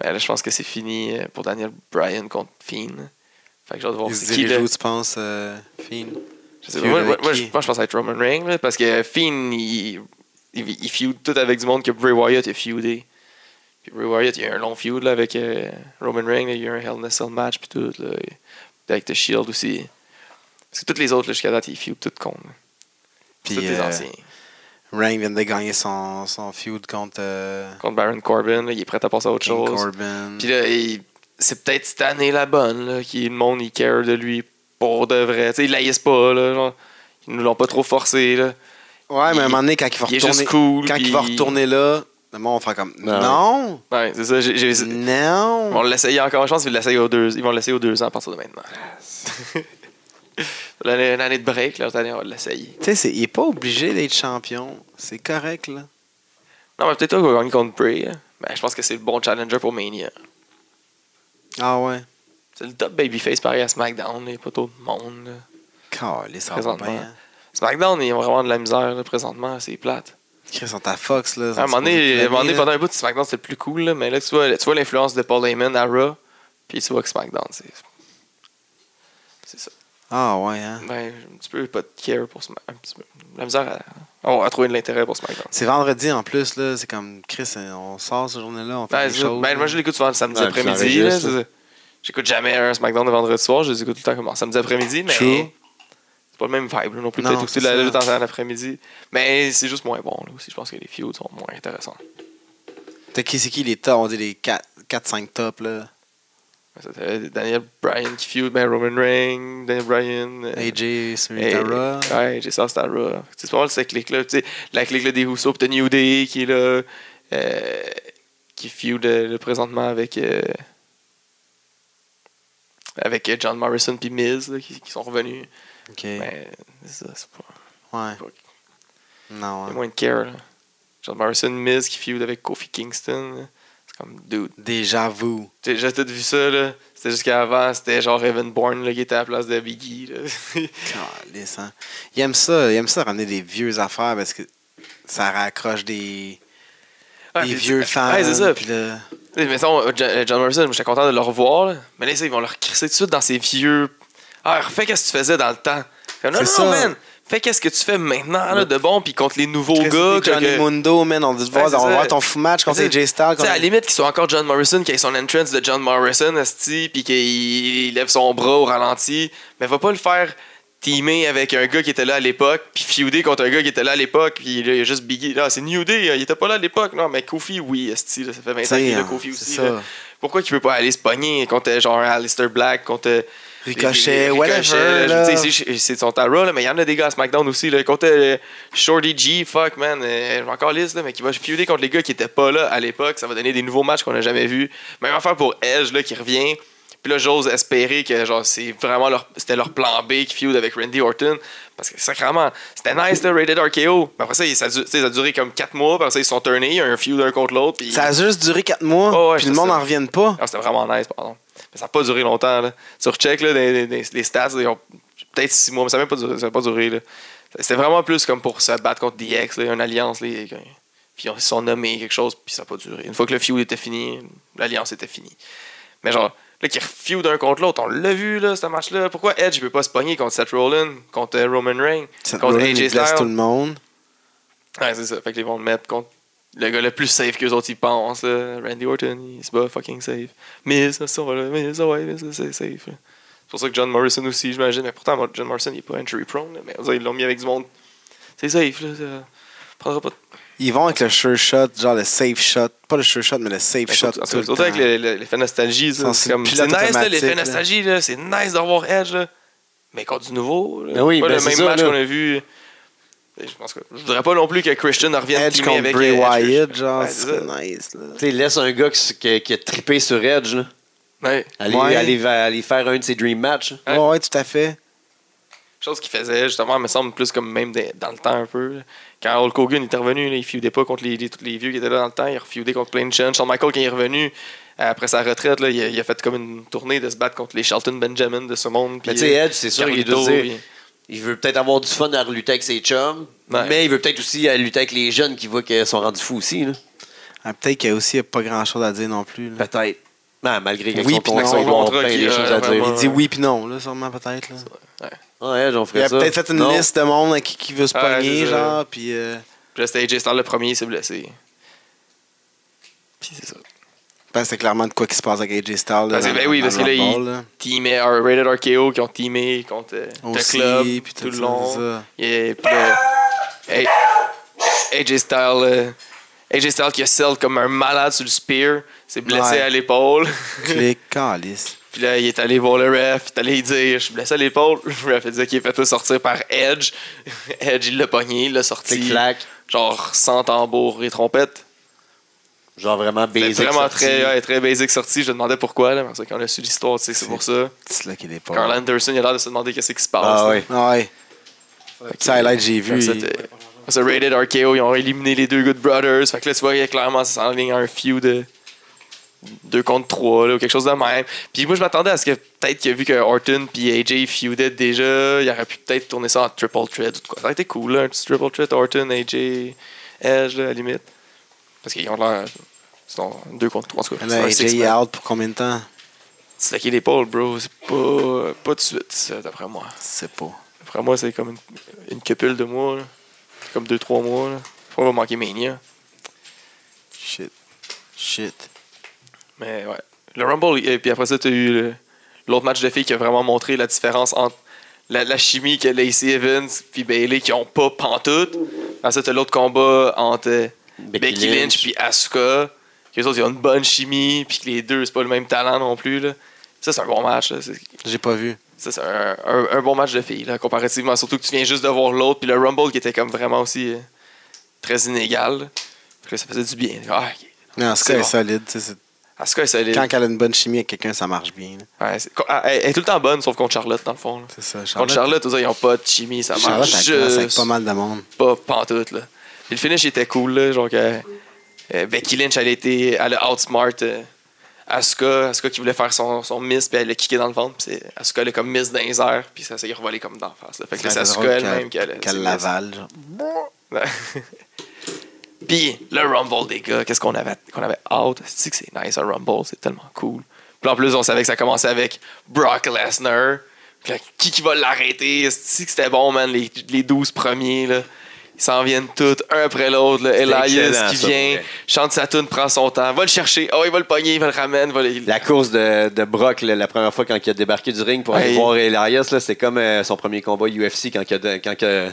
Speaker 2: Mais là, je pense que c'est fini euh, pour Daniel Bryan contre Fiend. Fait que j'ai hâte de voir
Speaker 3: Il
Speaker 2: c'est
Speaker 3: se
Speaker 2: qui,
Speaker 3: dirige
Speaker 2: là.
Speaker 3: où, tu penses, euh, Fiend?
Speaker 2: Je sais pas,
Speaker 3: Feud
Speaker 2: moi,
Speaker 3: avec
Speaker 2: moi,
Speaker 3: qui?
Speaker 2: je, moi, je pense à être Roman Reigns, là, parce que Finn, il, il, il feud tout avec du monde que Bray Wyatt a feudé. Puis Bray Wyatt, il y a eu un long feud là, avec euh, Roman Reigns, là, il y a eu un Hell in a Cell match, puis tout, là, et- puis avec The Shield aussi. Parce que tous les autres, là, jusqu'à date, ils feud tout con. là.
Speaker 3: Puis,
Speaker 2: tous les
Speaker 3: euh,
Speaker 2: anciens.
Speaker 3: Reign vient de gagner son, son feud contre euh,
Speaker 2: Contre Baron Corbin, là, il est prêt à passer à autre
Speaker 3: King
Speaker 2: chose.
Speaker 3: Corbin.
Speaker 2: Puis là, il- c'est peut-être cette année la bonne, là, qui le monde, il care de lui pour de vrai. Tu sais, ils l'aïssent pas, là, genre. ils nous l'ont pas trop forcé. Là.
Speaker 3: ouais, mais à
Speaker 2: il-
Speaker 3: un moment donné, quand il va
Speaker 2: il est
Speaker 3: retourner,
Speaker 2: juste cool,
Speaker 3: quand il
Speaker 2: puis-
Speaker 3: va retourner là, le monde va faire comme
Speaker 1: Ah ouais.
Speaker 3: non,
Speaker 2: Ouais, c'est ça. j'ai- j'ai- Ils vont
Speaker 3: non.
Speaker 2: l'essayer encore, je pense qu'ils l'essayent aux deux, ils vont l'essayer aux deux ans à partir de maintenant. L'année- Une année de break, l'autre année, on va l'essayer.
Speaker 3: Tu sais, c'est- il est pas obligé d'être champion. C'est correct, là.
Speaker 2: Non, mais peut-être toi qu'on va gagner contre Bray. hein. Ben, je pense que c'est le bon challenger pour Mania.
Speaker 3: Ah ouais.
Speaker 2: C'est le top babyface pareil à SmackDown, il n'y a pas trop de monde. là.
Speaker 3: Calé, ça va
Speaker 2: Présentement.
Speaker 3: bien. hein.
Speaker 2: SmackDown, ils ont vraiment de la misère là, présentement, c'est plate.
Speaker 3: Chris, sont à Fox, là.
Speaker 2: À Ah, un moment donné, à un moment donné,
Speaker 3: là.
Speaker 2: pendant un bout, SmackDown c'était plus cool, là, mais là tu vois, tu vois l'influence de Paul Heyman à Raw, puis tu vois que SmackDown, c'est. C'est ça.
Speaker 3: Ah ouais, hein.
Speaker 2: Ben, j'ai un petit peu pas de care pour ce match. Un petit peu. La misère à, à- à trouver de l'intérêt pour ce match.
Speaker 3: C'est vendredi en plus, là. C'est comme Chris, on sort cette journée-là, on fait
Speaker 2: Ben,
Speaker 3: des
Speaker 2: c'est-
Speaker 3: choses. hein.
Speaker 2: ben, moi, je l'écoute souvent le samedi
Speaker 1: Ouais,
Speaker 2: après-midi.
Speaker 1: puis
Speaker 2: là,
Speaker 1: j'enregistre.
Speaker 2: c'est ça. J'écoute jamais un SmackDown le vendredi soir. Je les écoute tout le temps comme en samedi après-midi, mais
Speaker 3: True.
Speaker 2: c'est pas le même vibe là, non plus.
Speaker 3: Non,
Speaker 2: Peut-être écouter
Speaker 3: c'est
Speaker 2: la
Speaker 3: ça.
Speaker 2: lutte en en après-midi. Mais c'est juste moins bon là, aussi. Je pense que les feuds sont moins intéressants.
Speaker 3: T'as qui, c'est qui les tops? On dit les 4-5 tops, là.
Speaker 2: C'était Daniel Bryan qui feud, ben Roman Reigns, Daniel Bryan. euh,
Speaker 3: AJ,
Speaker 2: Hey,
Speaker 3: Sumitara.
Speaker 2: Ouais, j'ai ça, Tara. Tu sais, C'est pas mal cette clique-là. Tu sais, La clique-là des Rousseau, puis t'as New Day qui est là, euh, qui feud euh, là, présentement avec, euh, avec euh, John Morrison puis Miz là, qui, qui sont revenus.
Speaker 3: Ok.
Speaker 2: Mais c'est ça, c'est pas.
Speaker 3: ouais.
Speaker 2: Il y
Speaker 3: Non, hein.
Speaker 2: a
Speaker 3: ouais.
Speaker 2: moins de care. là. John Morrison, Miz qui feud avec Kofi Kingston. là. C'est comme, dude.
Speaker 3: Déjà vous.
Speaker 2: Tu sais, J'ai tout vu ça, là. C'était jusqu'à avant, c'était genre Evan Bourne là, qui était à la place de Biggie. là.
Speaker 3: Calisse, hein. Il aime ça, il aime ça ramener des vieux affaires parce que ça raccroche des,
Speaker 2: Ouais,
Speaker 3: des
Speaker 2: puis-
Speaker 3: vieux fans.
Speaker 2: Ouais, c'est ça.
Speaker 3: puis là-
Speaker 2: Tu sais, mettons, euh, Jo- euh, John Morrison, moi, j'étais content de le revoir, là. mais là, ça, ils vont le recrisser tout de suite dans ses vieux. Ah, refais qu'est-ce que tu faisais dans le temps. Comme, non, non,
Speaker 3: C'est
Speaker 2: non,
Speaker 3: ça.
Speaker 2: man, fais qu'est-ce que tu fais maintenant là, de bon, puis contre les nouveaux
Speaker 3: Chris,
Speaker 2: gars.
Speaker 3: Johnny
Speaker 2: que-
Speaker 3: Mundo, man, on va voir,
Speaker 2: Ouais, c'est
Speaker 3: on va
Speaker 2: ça.
Speaker 3: voir ton fou match contre
Speaker 2: C'est-
Speaker 3: AJ Styles.
Speaker 2: Tu sais, à la
Speaker 3: contre-
Speaker 2: limite, qu'il soit encore John Morrison, qu'il ait son entrance de John Morrison, esti, puis qu'il il lève son bras au ralenti, mais va pas le faire teamer avec un gars qui était là à l'époque, puis feuder contre un gars qui était là à l'époque, puis là, il y a juste Biggie. Là, c'est New Day, euh, il était pas là à l'époque. Non, mais Kofi, oui, esti, là, ça fait 20
Speaker 3: Tu
Speaker 2: ans qu'il
Speaker 3: sais,
Speaker 2: est là,
Speaker 3: hein,
Speaker 2: Kofi
Speaker 3: c'est
Speaker 2: aussi.
Speaker 3: ça.
Speaker 2: là. Pourquoi qu'il peut pas aller se pogner contre euh, genre Alistair Black, contre euh,
Speaker 3: Ricochet,
Speaker 2: des- des-
Speaker 3: whatever,
Speaker 2: Ricochet,
Speaker 3: là.
Speaker 2: là, je- tu sais, c'est- C'est son Tara, là, mais il y en a des gars à SmackDown aussi. Là, contre euh, Shorty G, fuck man, euh, je m'en calisse, là, mais qui va feuder contre les gars qui étaient pas là à l'époque. Ça va donner des nouveaux matchs qu'on a jamais vus. Même affaire pour Edge là, qui revient. Puis là, j'ose espérer que genre c'est vraiment leur c'était leur plan B qui feud avec Randy Orton. Parce que sacrément, c'était nice le Rated RKO. Mais après ça, il- ça, a du- tu sais, ça a duré comme 4 mois, parce ça ils se sont turnés, il y a eu un feud un contre l'autre. puis-
Speaker 3: Ça a juste duré 4 mois,
Speaker 2: Ouais, ouais,
Speaker 3: puis le
Speaker 2: c'est
Speaker 3: monde
Speaker 2: ça.
Speaker 3: n'en revient pas.
Speaker 2: ah, c'était vraiment nice, pardon. Mais ça n'a pas duré longtemps. Là. Tu recheck là, les, les- les stats, ils ont peut-être six mois, mais ça n'a même pas duré. Ça a pas duré là. C'était vraiment plus comme pour se battre contre DX, là, une alliance. Là, et que- puis ils se sont nommés quelque chose, puis ça n'a pas duré. Une fois que le feud était fini, l'alliance était finie. Mais genre, là, qu'ils refeudent un contre l'autre, on l'a vu, là, ce match-là. Pourquoi Edge ne peut pas se pogner contre Seth Rollins, contre euh, Roman Reigns,
Speaker 3: Ça
Speaker 2: contre
Speaker 3: Rollins,
Speaker 2: AJ
Speaker 3: il blesse tout
Speaker 2: Styles?
Speaker 3: le monde.
Speaker 2: Ouais, c'est ça. Fait qu'ils vont le mettre contre le gars le plus safe qu'eux autres ils pensent. là. Randy Orton, il se bat fucking safe. Miz, ça va là. Miz, ah ouais, Miz, c'est safe. là. C'est pour ça que John Morrison aussi, j'imagine. Mais pourtant, moi, John Morrison, il est pas injury prone. là, mais on dirait, ils l'ont mis avec du monde. C'est safe, là. Ça prendra pas de
Speaker 3: Ils vont avec le sure shot, genre le safe shot. Pas le sure shot, mais le safe
Speaker 2: Mais
Speaker 3: shot.
Speaker 2: Ben, surtout-
Speaker 3: tout le
Speaker 2: Surtout avec
Speaker 3: temps.
Speaker 2: le- le- l'effet nostalgie. ça,
Speaker 3: Son-
Speaker 2: C'est
Speaker 3: c'est
Speaker 2: comme-
Speaker 3: pilote
Speaker 2: c'est nice, là,
Speaker 3: automatique,
Speaker 2: l'effet
Speaker 3: là.
Speaker 2: nostalgie. là, C'est nice d'avoir Edge. là. Mais contre du nouveau. là,
Speaker 1: Ben oui,
Speaker 2: pas
Speaker 1: ben
Speaker 2: le
Speaker 1: c'est
Speaker 2: même
Speaker 1: ça,
Speaker 2: match
Speaker 1: là.
Speaker 2: qu'on a vu. Et Je pense que je voudrais pas non plus que Christian revienne
Speaker 3: Edge
Speaker 2: teamer
Speaker 3: contre
Speaker 2: avec
Speaker 3: Bray
Speaker 2: Edge.
Speaker 3: Wyatt, genre,
Speaker 2: Ouais,
Speaker 3: c'est
Speaker 2: c'est ça.
Speaker 3: nice, là.
Speaker 1: Tu sais, laisse un gars qui, s- qui, qui a trippé sur Edge, là.
Speaker 2: Ouais.
Speaker 1: Aller,
Speaker 3: Ouais.
Speaker 1: aller, va- aller faire un de ses dream matchs. là.
Speaker 2: Ouais.
Speaker 3: Ouais, ouais, tout à fait.
Speaker 2: chose qu'il faisait justement me semble plus comme même des- dans le temps un peu là. quand Hulk Hogan était revenu là, il feudait pas contre les, les- tous les vieux qui étaient là dans le temps il refoudait contre plein de jeunes Shawn Michaels quand il est revenu après sa retraite là, il, a, il a fait comme une tournée de se battre contre les Shelton Benjamin de ce monde
Speaker 1: Mais
Speaker 2: puis,
Speaker 1: tu sais,
Speaker 2: euh,
Speaker 1: Edge, c'est sûr, il doit
Speaker 2: Carlito,
Speaker 1: dire.
Speaker 2: puis-
Speaker 1: Il veut peut-être avoir du fun à lutter avec ses chums,
Speaker 2: Ouais.
Speaker 1: mais il veut peut-être aussi euh, lutter avec les jeunes qui voient qu'ils sont rendus fous aussi. là.
Speaker 3: Ah, Peut-être qu'il y a aussi pas grand-chose à dire non plus. là.
Speaker 1: Peut-être. Non, Ben, malgré que
Speaker 3: Oui,
Speaker 1: son
Speaker 3: puis
Speaker 1: contrat,
Speaker 3: non,
Speaker 1: ils vont
Speaker 2: son contrat
Speaker 1: plein
Speaker 2: qui,
Speaker 1: des
Speaker 2: euh,
Speaker 1: choses à
Speaker 2: vraiment-
Speaker 1: dire.
Speaker 3: Il dit oui puis non, là, sûrement, peut-être. là.
Speaker 1: Ah, Edge, on ferait
Speaker 3: Il a
Speaker 1: ça.
Speaker 3: peut-être fait une
Speaker 1: Non.
Speaker 3: liste de monde à qui, qui veut se
Speaker 2: Ouais,
Speaker 3: pogner,
Speaker 2: c'est ça.
Speaker 3: genre, puis... euh,
Speaker 2: puis là c'était AJ Styles le premier il s'est blessé puis c'est ça
Speaker 3: Ben, c'est clairement de quoi qui se passe avec AJ Styles. là,
Speaker 2: Parce que-
Speaker 3: dans-
Speaker 2: ben oui,
Speaker 3: dans
Speaker 2: parce que
Speaker 3: le
Speaker 2: là,
Speaker 3: Rumble,
Speaker 2: il- teamé euh, Rated RKO qui ont teamé contre euh, The
Speaker 3: Aussi,
Speaker 2: Club
Speaker 3: puis
Speaker 2: tout
Speaker 3: tout
Speaker 2: le
Speaker 3: ça, c'est
Speaker 2: long.
Speaker 3: ça.
Speaker 2: Et puis là, A- AJ Styles euh, AJ Styles qui a sell comme un malade sur le spear, s'est blessé
Speaker 3: Ouais.
Speaker 2: à l'épaule.
Speaker 3: Clic, calice.
Speaker 2: puis là, il est allé voir le ref, il est allé lui dire Je suis blessé à l'épaule. Le ref il dit qu'il est fait sortir par Edge. Edge, il l'a pogné, il l'a sorti.
Speaker 1: Clic-clac.
Speaker 2: Genre sans tambour et trompette.
Speaker 1: Genre vraiment
Speaker 2: C'est
Speaker 1: basic.
Speaker 2: vraiment
Speaker 1: sorti.
Speaker 2: très, ouais, très basic sorti. Je me demandais pourquoi, là, parce que quand on a su l'histoire, tu sais, c'est pour ça.
Speaker 3: C'est là qu'il est pas.
Speaker 2: Carl Anderson, il a l'air de se demander qu'est-ce qui se passe.
Speaker 1: Ah
Speaker 2: là.
Speaker 1: ouais.
Speaker 3: Ah ouais. Ça, highlight, j'ai vu.
Speaker 2: Comme ça,
Speaker 3: il-
Speaker 2: t'es- ça, Rated RKO, ils ont éliminé les deux Good Brothers. Fait que là, tu vois, il y a clairement, ça s'enligne à un feud de 2 contre 3 ou quelque chose de même. Puis moi, je m'attendais à ce que peut-être que vu que Orton puis AJ feudaient déjà, il aurait pu peut-être tourner ça en triple threat ou de quoi. Ça aurait été cool, là, un petit triple threat Orton, AJ, Edge, là, à la limite. Parce qu'ils ont l'air. Sinon, 2 contre 3, en tout cas.
Speaker 3: Là,
Speaker 2: c'est un
Speaker 3: AJ
Speaker 2: six-man.
Speaker 3: est out pour combien de temps?
Speaker 2: Slacker l'épaule, bro, c'est pas, pas de suite, ça, d'après moi.
Speaker 3: C'est pas.
Speaker 2: D'après moi, c'est comme une, une cupule de mois, là. C'est comme 2-3 mois. Là. Après, on va manquer Mania.
Speaker 3: Shit. Shit.
Speaker 2: Mais ouais. Le Rumble, et puis après ça, t'as eu le- l'autre match de filles qui a vraiment montré la différence entre la, la chimie que Lacey Evans puis Bailey qui ont pas pantoute. Après ça, t'as l'autre combat entre euh, Becky, Lynch, puis Asuka. Que les autres, ils ont une bonne chimie, puis que les deux, c'est pas le même talent non plus. Là. Ça, c'est un bon match. là. C'est-
Speaker 3: J'ai pas vu.
Speaker 2: Ça, c'est un, un- un bon match de filles, là, comparativement. Surtout que tu viens juste de voir l'autre, puis le Rumble qui était comme vraiment aussi euh, très inégal. là. Fait que là, ça faisait du bien. Ah, ok.
Speaker 3: Non, en ce
Speaker 2: C'est
Speaker 3: cas, elle est
Speaker 2: bon.
Speaker 3: solide. tu sais, c'est-
Speaker 2: Asuka est solide.
Speaker 3: Quand elle a une bonne chimie avec quelqu'un, ça marche bien. là.
Speaker 2: Ouais, c'est- ah, elle, elle est tout le temps bonne, sauf contre Charlotte, dans le fond. là.
Speaker 3: C'est ça.
Speaker 2: Contre Charlotte, eux autres, ils ont pas de chimie, ça
Speaker 3: Charlotte,
Speaker 2: marche
Speaker 3: elle commence avec
Speaker 2: juste
Speaker 3: pas mal de monde.
Speaker 2: pas pantoute. Là. Puis le finish était cool, là, genre que euh, Becky Lynch, elle, a été, elle a outsmart euh, Asuka, Asuka qui voulait faire son, son miss, puis elle l'a kické dans le ventre, puis c'est- Asuka elle a comme miss dans les airs, puis ça s'est revolé comme d'en face. là. Fait que là, c'est
Speaker 3: Ça serait
Speaker 2: Asuka
Speaker 3: drôle
Speaker 2: elle-même qui
Speaker 3: qu'elle
Speaker 2: allait.
Speaker 3: qu'elle l'avale. genre.
Speaker 2: Puis le Rumble des gars, qu'est-ce qu'on avait, qu'on avait hâte. cest que c'est nice un Rumble? C'est tellement cool. Puis en plus, on savait que ça commençait avec Brock Lesnar. Puis là, qui, qui va l'arrêter? cest que c'était bon, man? Les, les 12 premiers, là. Ils s'en viennent tous, un après l'autre. là. Elias
Speaker 1: excellent,
Speaker 2: qui
Speaker 1: ça,
Speaker 2: vient,
Speaker 1: pour vrai.
Speaker 2: chante sa tune, prend son temps, va le chercher. Oh, il va le pogner, il va le ramener. Va le-
Speaker 1: La course de, de Brock, là, la première fois quand il a débarqué du ring pour aller
Speaker 2: Hey.
Speaker 1: voir Elias, là, c'est comme euh, son premier combat UFC quand il a, de- quand il a-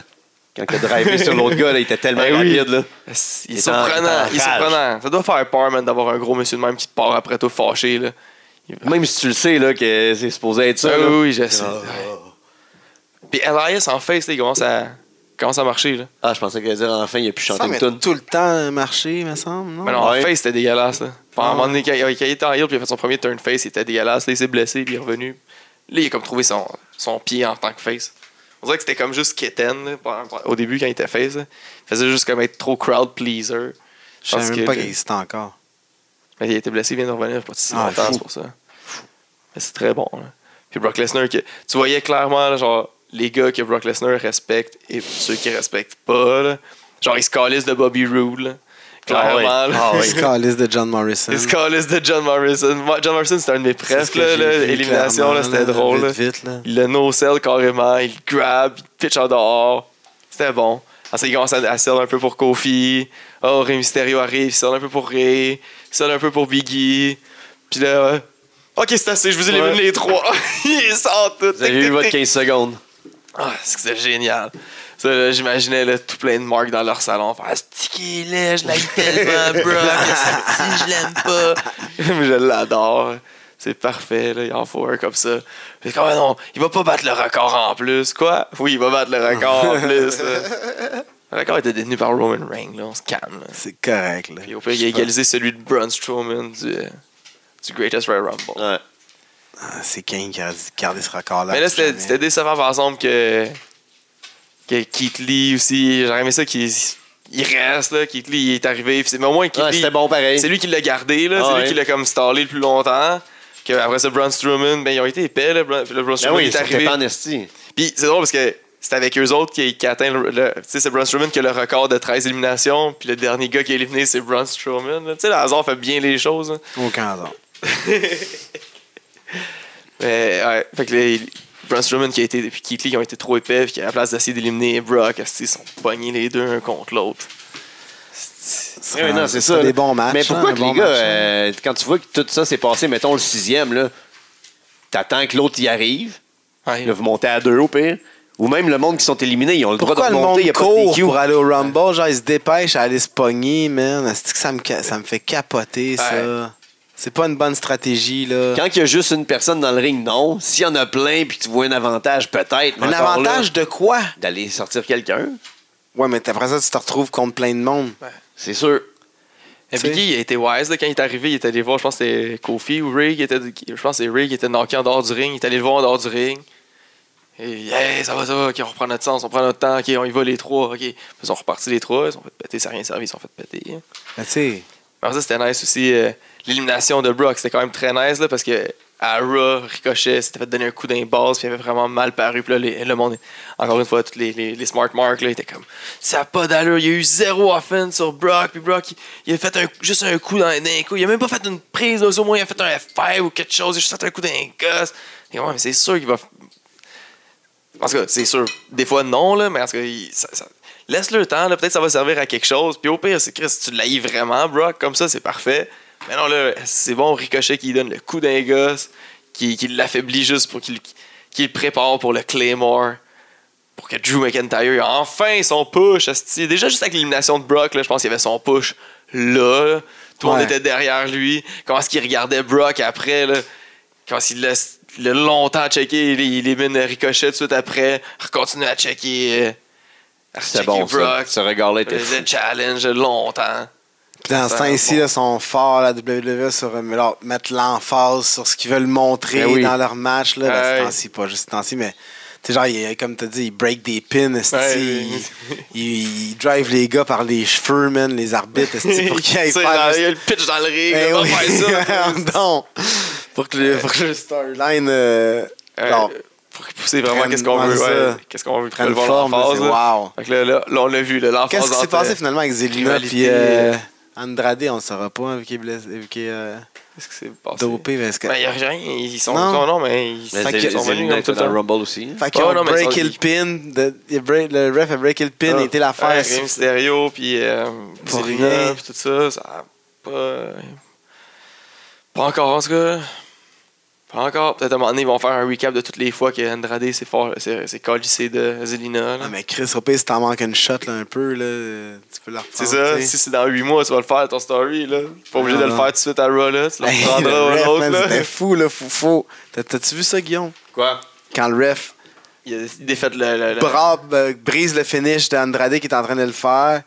Speaker 1: quand il a drivé sur l'autre gars. là, il était tellement
Speaker 2: Ben oui.
Speaker 1: rapide. là.
Speaker 2: Il
Speaker 1: Il
Speaker 2: est
Speaker 1: est
Speaker 2: surprenant,
Speaker 1: en-
Speaker 2: il est
Speaker 1: en rage.
Speaker 2: surprenant. Ça doit faire peur, man, d'avoir un gros monsieur de même qui te part après toi fâché, là.
Speaker 1: Même si tu le sais là, que c'est supposé être ça.
Speaker 2: Ah
Speaker 1: là.
Speaker 2: oui, oui, je sais. Puis Elias en face, là, il commence à, commence à marcher. Là.
Speaker 1: Ah, je pensais qu'elle allait dire enfin, il a pu chanter
Speaker 3: Ça
Speaker 1: une
Speaker 3: mais
Speaker 1: tune.
Speaker 3: tout le temps marché, me semble. Non?
Speaker 2: Mais non, en
Speaker 1: Ouais.
Speaker 2: face, c'était dégueulasse. Là. Puis à un
Speaker 3: Ah.
Speaker 2: moment donné, quand, il- quand il était en heel, puis il a fait son premier turn face, il était dégueulasse. Là, il s'est blessé, puis il est revenu. Là, il a comme trouvé son, son pied en tant que face. On dirait que c'était comme juste kitten là, par- par- au début quand il était face. là. Il faisait juste comme être trop crowd pleaser.
Speaker 3: Je savais
Speaker 2: Parce
Speaker 3: même
Speaker 2: que-
Speaker 3: pas qu'il existait encore.
Speaker 2: Mais il a été blessé, il vient de revenir, pas si
Speaker 3: Ah,
Speaker 2: longtemps
Speaker 3: fou.
Speaker 2: c'est pour ça. Mais c'est très bon. là. Puis Brock Lesnar, que, tu voyais clairement là, genre, les gars que Brock Lesnar respecte et ceux qui respectent pas. là. Genre, ils se calissent de Bobby Roode. là. Clairement.
Speaker 1: Ah ouais.
Speaker 2: là.
Speaker 1: Ah ouais.
Speaker 3: Il se calisse de John Morrison.
Speaker 2: Ils se calissent de John Morrison. Moi, John Morrison, c'était un de mes
Speaker 3: C'est
Speaker 2: prefs.
Speaker 3: ce que
Speaker 2: là,
Speaker 3: j'ai
Speaker 2: là,
Speaker 3: vu,
Speaker 2: Élimination, là,
Speaker 3: clairement,
Speaker 2: c'était drôle. là.
Speaker 3: Vite, vite, là.
Speaker 2: Il le no-sell carrément, il le grab, il le pitch en dehors. C'était bon. Ensuite, il commence à, à sell un peu pour Kofi. Oh, Rey Mysterio arrive, il sell un peu pour Rey, il sell un peu pour Biggie. Puis là, euh, ok, c'est assez, je vous élimine
Speaker 1: Ouais.
Speaker 2: les trois. il sort tout.
Speaker 1: Vous avez eu votre 15 secondes.
Speaker 2: Ah, c'est que c'était génial. Ça, là, J'imaginais là, tout plein de marques dans leur salon. Faire C'est qui il est, je l'aime tellement, bro. Si je l'aime pas. Mais je l'adore. C'est parfait, là, il en faut un comme ça. Mais quand même, non, il va pas battre le record en plus. Quoi? Oui, il va battre le record en plus. là. Le record était détenu par Roman Reigns, là, on se calme. là.
Speaker 3: C'est correct. Là.
Speaker 2: Puis au pire, il a égalisé celui de Braun Strowman du, du Greatest Royal Rumble.
Speaker 1: Ouais.
Speaker 3: Ah, C'est Kane qui a gardé ce record-là.
Speaker 2: Mais là,
Speaker 1: Bah,
Speaker 3: pour
Speaker 2: c'était
Speaker 3: jamais.
Speaker 2: c'était décevant, par exemple, que, que Keith Lee aussi. J'aurais aimé ça qu'il il reste, là. Keith Lee, il est arrivé. puis c'est- Mais au moins, Keith
Speaker 1: Ouais,
Speaker 2: Lee,
Speaker 1: C'était bon pareil.
Speaker 2: c'est lui qui l'a gardé, là.
Speaker 1: Ah
Speaker 2: c'est lui
Speaker 1: ouais.
Speaker 2: qui l'a comme stallé le plus longtemps. Que après ça, Braun Strowman, ben, ils ont été épais, là. Braun- Le Braun
Speaker 1: Ben
Speaker 2: Strowman
Speaker 1: oui,
Speaker 2: est
Speaker 1: c'était
Speaker 2: arrivé.
Speaker 1: en esti.
Speaker 2: Puis c'est drôle parce que c'est avec eux autres qui, qui atteint le. le- tu sais, c'est Braun Strowman qui a le record de 13 éliminations. Puis le dernier gars qui est éliminé, c'est Braun Strowman. là. Tu sais, le hasard fait bien les choses. hein.
Speaker 3: Aucun hasard.
Speaker 2: Mais ouais, fait que là, il- Braun Strowman qui a été, puis Keith Lee qui ont été trop épais, puis qu'à la place d'essayer d'éliminer Brock, asti, ils sont pognés les deux un contre l'autre.
Speaker 1: Ouais, ouais, Eh non, c'est
Speaker 3: Ce sera
Speaker 1: ça. là.
Speaker 3: des bons matchs.
Speaker 1: Mais pourquoi
Speaker 3: hein,
Speaker 1: que les
Speaker 3: un bon
Speaker 1: gars,
Speaker 3: match, hein.
Speaker 1: euh, quand tu vois que tout ça s'est passé, mettons le sixième, là, t'attends que l'autre y arrive,
Speaker 2: Ouais.
Speaker 1: là, vous montez à deux au pire, ou même le monde qui sont éliminés, ils ont le droit
Speaker 3: Pourquoi
Speaker 1: de
Speaker 3: le
Speaker 1: monter, il n'y
Speaker 3: monde
Speaker 1: a pas de
Speaker 3: court
Speaker 1: DQ.
Speaker 3: pour aller au Rumble? Genre, ils se dépêchent à aller se pogner, man. Est-ce que ça me, ca- ça me fait capoter,
Speaker 2: Ouais.
Speaker 3: ça? C'est pas une bonne stratégie, là.
Speaker 1: Quand il y a juste une personne dans le ring, non. S'il y en a plein puis que tu vois un avantage, peut-être. mais encore
Speaker 3: Un
Speaker 1: là,
Speaker 3: avantage de quoi?
Speaker 1: D'aller sortir quelqu'un,
Speaker 3: Ouais, mais après ça, tu te retrouves contre plein de monde.
Speaker 1: c'est sûr.
Speaker 2: Mais
Speaker 3: tu sais.
Speaker 2: Biggie, il a été wise là, quand il est arrivé, il est allé voir, je pense que c'était Kofi ou Ray, qui était, je pense que c'est Ray qui était knocké en dehors du ring, il est allé le voir en dehors du ring. Et hey, ça va, ça va, ok, on reprend notre sens, on prend notre temps, ok, on y va les trois, ok. Puis ils sont repartis les trois, ils sont fait péter, ça n'a rien servi, ils sont fait péter. hein.
Speaker 3: Mais Ben, tu sais,
Speaker 2: Mais ça, c'était nice aussi. euh, L'élimination de Brock, c'était quand même très nice là, parce que à Raw, Ricochet s'était fait donner un coup d'un base, puis il avait vraiment mal paru. Puis là, les- le monde, encore une fois, tous les, les, les smart marks, là, étaient comme ça n'a pas d'allure. Il y a eu zéro offense sur Brock, puis Brock, il, il a fait un- juste un coup dans d'un coup. Il a même pas fait une prise, là, au moins, il a fait un F5 ou quelque chose, il a juste fait un coup d'un gosse. Et ouais, mais c'est sûr qu'il va. En tout cas, c'est sûr. Des fois, non, là, mais en tout cas, il- ça- ça- laisse-le le temps, là, peut-être ça va servir à quelque chose. Puis au pire, c'est Chris, tu l'haïs vraiment, Brock, comme ça, c'est parfait. Mais non, là, c'est bon, Ricochet qui donne le coup d'un gosse, qui, qui l'affaiblit juste pour qu'il qu'il le prépare pour le Claymore, pour que Drew McIntyre ait enfin son push. asti. Déjà, juste avec l'élimination de Brock, là, je pense qu'il y avait son push là. là. Tout le monde
Speaker 3: Ouais.
Speaker 2: était derrière lui. Comment est-ce qu'il regardait Brock après, là? quand il laisse le longtemps checker, il, il élimine Ricochet tout de suite après, continue à checker, euh, à
Speaker 1: C'est
Speaker 2: checker
Speaker 1: bon, ça.
Speaker 2: Brock,
Speaker 1: Ce regard-là était fou.
Speaker 2: le challenge longtemps.
Speaker 3: Puis dans ce
Speaker 2: Ça,
Speaker 3: temps-ci,
Speaker 2: bon.
Speaker 3: là, sont forts, la WWE, sur euh, leur- mettre l'emphase sur ce qu'ils veulent montrer
Speaker 1: Ben oui.
Speaker 3: dans leur match. Là, ben,
Speaker 2: Ouais.
Speaker 3: ce temps-ci, pas juste ce temps-ci, mais tu sais, genre, il- comme tu dit, ils break des pins, esti,
Speaker 2: Ouais,
Speaker 3: ils-
Speaker 2: Ben oui.
Speaker 3: ils, ils drive les gars par les cheveux, man, les arbitres, esti, pour qu'ils aillent
Speaker 2: Tu sais,
Speaker 3: faire
Speaker 2: dans- il y a le pitch dans le ring,
Speaker 3: Ben
Speaker 2: on va
Speaker 3: oui,
Speaker 2: faire ça.
Speaker 3: non. Pour que le, pour que le storyline euh,
Speaker 2: Euh,
Speaker 3: genre,
Speaker 2: pour pousser vraiment
Speaker 3: prenne-
Speaker 2: qu'est-ce qu'on
Speaker 3: ouais,
Speaker 2: veut,
Speaker 3: c'est
Speaker 2: ouais,
Speaker 3: ça.
Speaker 2: qu'est-ce qu'on veut
Speaker 3: prenne
Speaker 2: voir
Speaker 3: forme. là,
Speaker 2: l'emphase,
Speaker 3: c'est
Speaker 2: là.
Speaker 3: wow.
Speaker 2: Fait que là, là, là, on l'a vu, là, l'emphase
Speaker 3: Qu'est-ce qui s'est
Speaker 2: entre-
Speaker 3: passé finalement avec Zelina
Speaker 2: rivalité,
Speaker 3: puis euh, Andrade On le saura pas, hein, vu qu'il est, blessé- vu qu'il est euh,
Speaker 2: Qu'est-ce qui s'est passé?
Speaker 3: dopé. parce que-
Speaker 2: Ben, il y a rien, ils sont
Speaker 3: Non.
Speaker 2: non, non, mais ils
Speaker 1: Mais
Speaker 2: sont-
Speaker 1: Zé-
Speaker 2: ils sont venus
Speaker 1: Zélina
Speaker 2: comme tout
Speaker 1: était
Speaker 2: le
Speaker 1: dans
Speaker 2: temps.
Speaker 1: le Rumble aussi. hein.
Speaker 3: Fait qu'ils
Speaker 2: Oh,
Speaker 3: ont
Speaker 2: non, mais
Speaker 3: break
Speaker 2: ça-
Speaker 3: le pin. de- il break- le ref a break le pin
Speaker 2: Ah.
Speaker 3: et était l'affaire.
Speaker 2: Ouais,
Speaker 3: c'est-
Speaker 2: Rey Mysterio, puis euh,
Speaker 3: Pour
Speaker 2: Zelina,
Speaker 3: rien.
Speaker 2: puis tout ça, ça a pas... Pas encore, en tout cas. Pas encore. Peut-être à un moment donné, ils vont faire un recap de toutes les fois que Andrade s'est fort, s'est s'est calissé de Zelina. là.
Speaker 3: Ah, mais Chris, au pire, si t'en manques une shot là, un peu, là, euh, tu peux la reprendre.
Speaker 2: C'est ça,
Speaker 3: tu sais.
Speaker 2: si c'est dans 8 mois, tu vas le faire ton story. là. Pas obligé
Speaker 3: Ah,
Speaker 2: de le
Speaker 3: non.
Speaker 2: faire tout de suite à Raw, là. Tu le
Speaker 3: Hey,
Speaker 2: reprendras
Speaker 3: le
Speaker 2: au
Speaker 3: ref,
Speaker 2: autre.
Speaker 3: man,
Speaker 2: Là.
Speaker 3: C'était fou, là, fou, fou. T'as- T'as-tu vu ça, Guillaume?
Speaker 2: Quoi?
Speaker 3: Quand le ref
Speaker 2: Il a défait le. le, le
Speaker 3: Bra- euh, brise le finish d'Andrade qui est en train de le faire.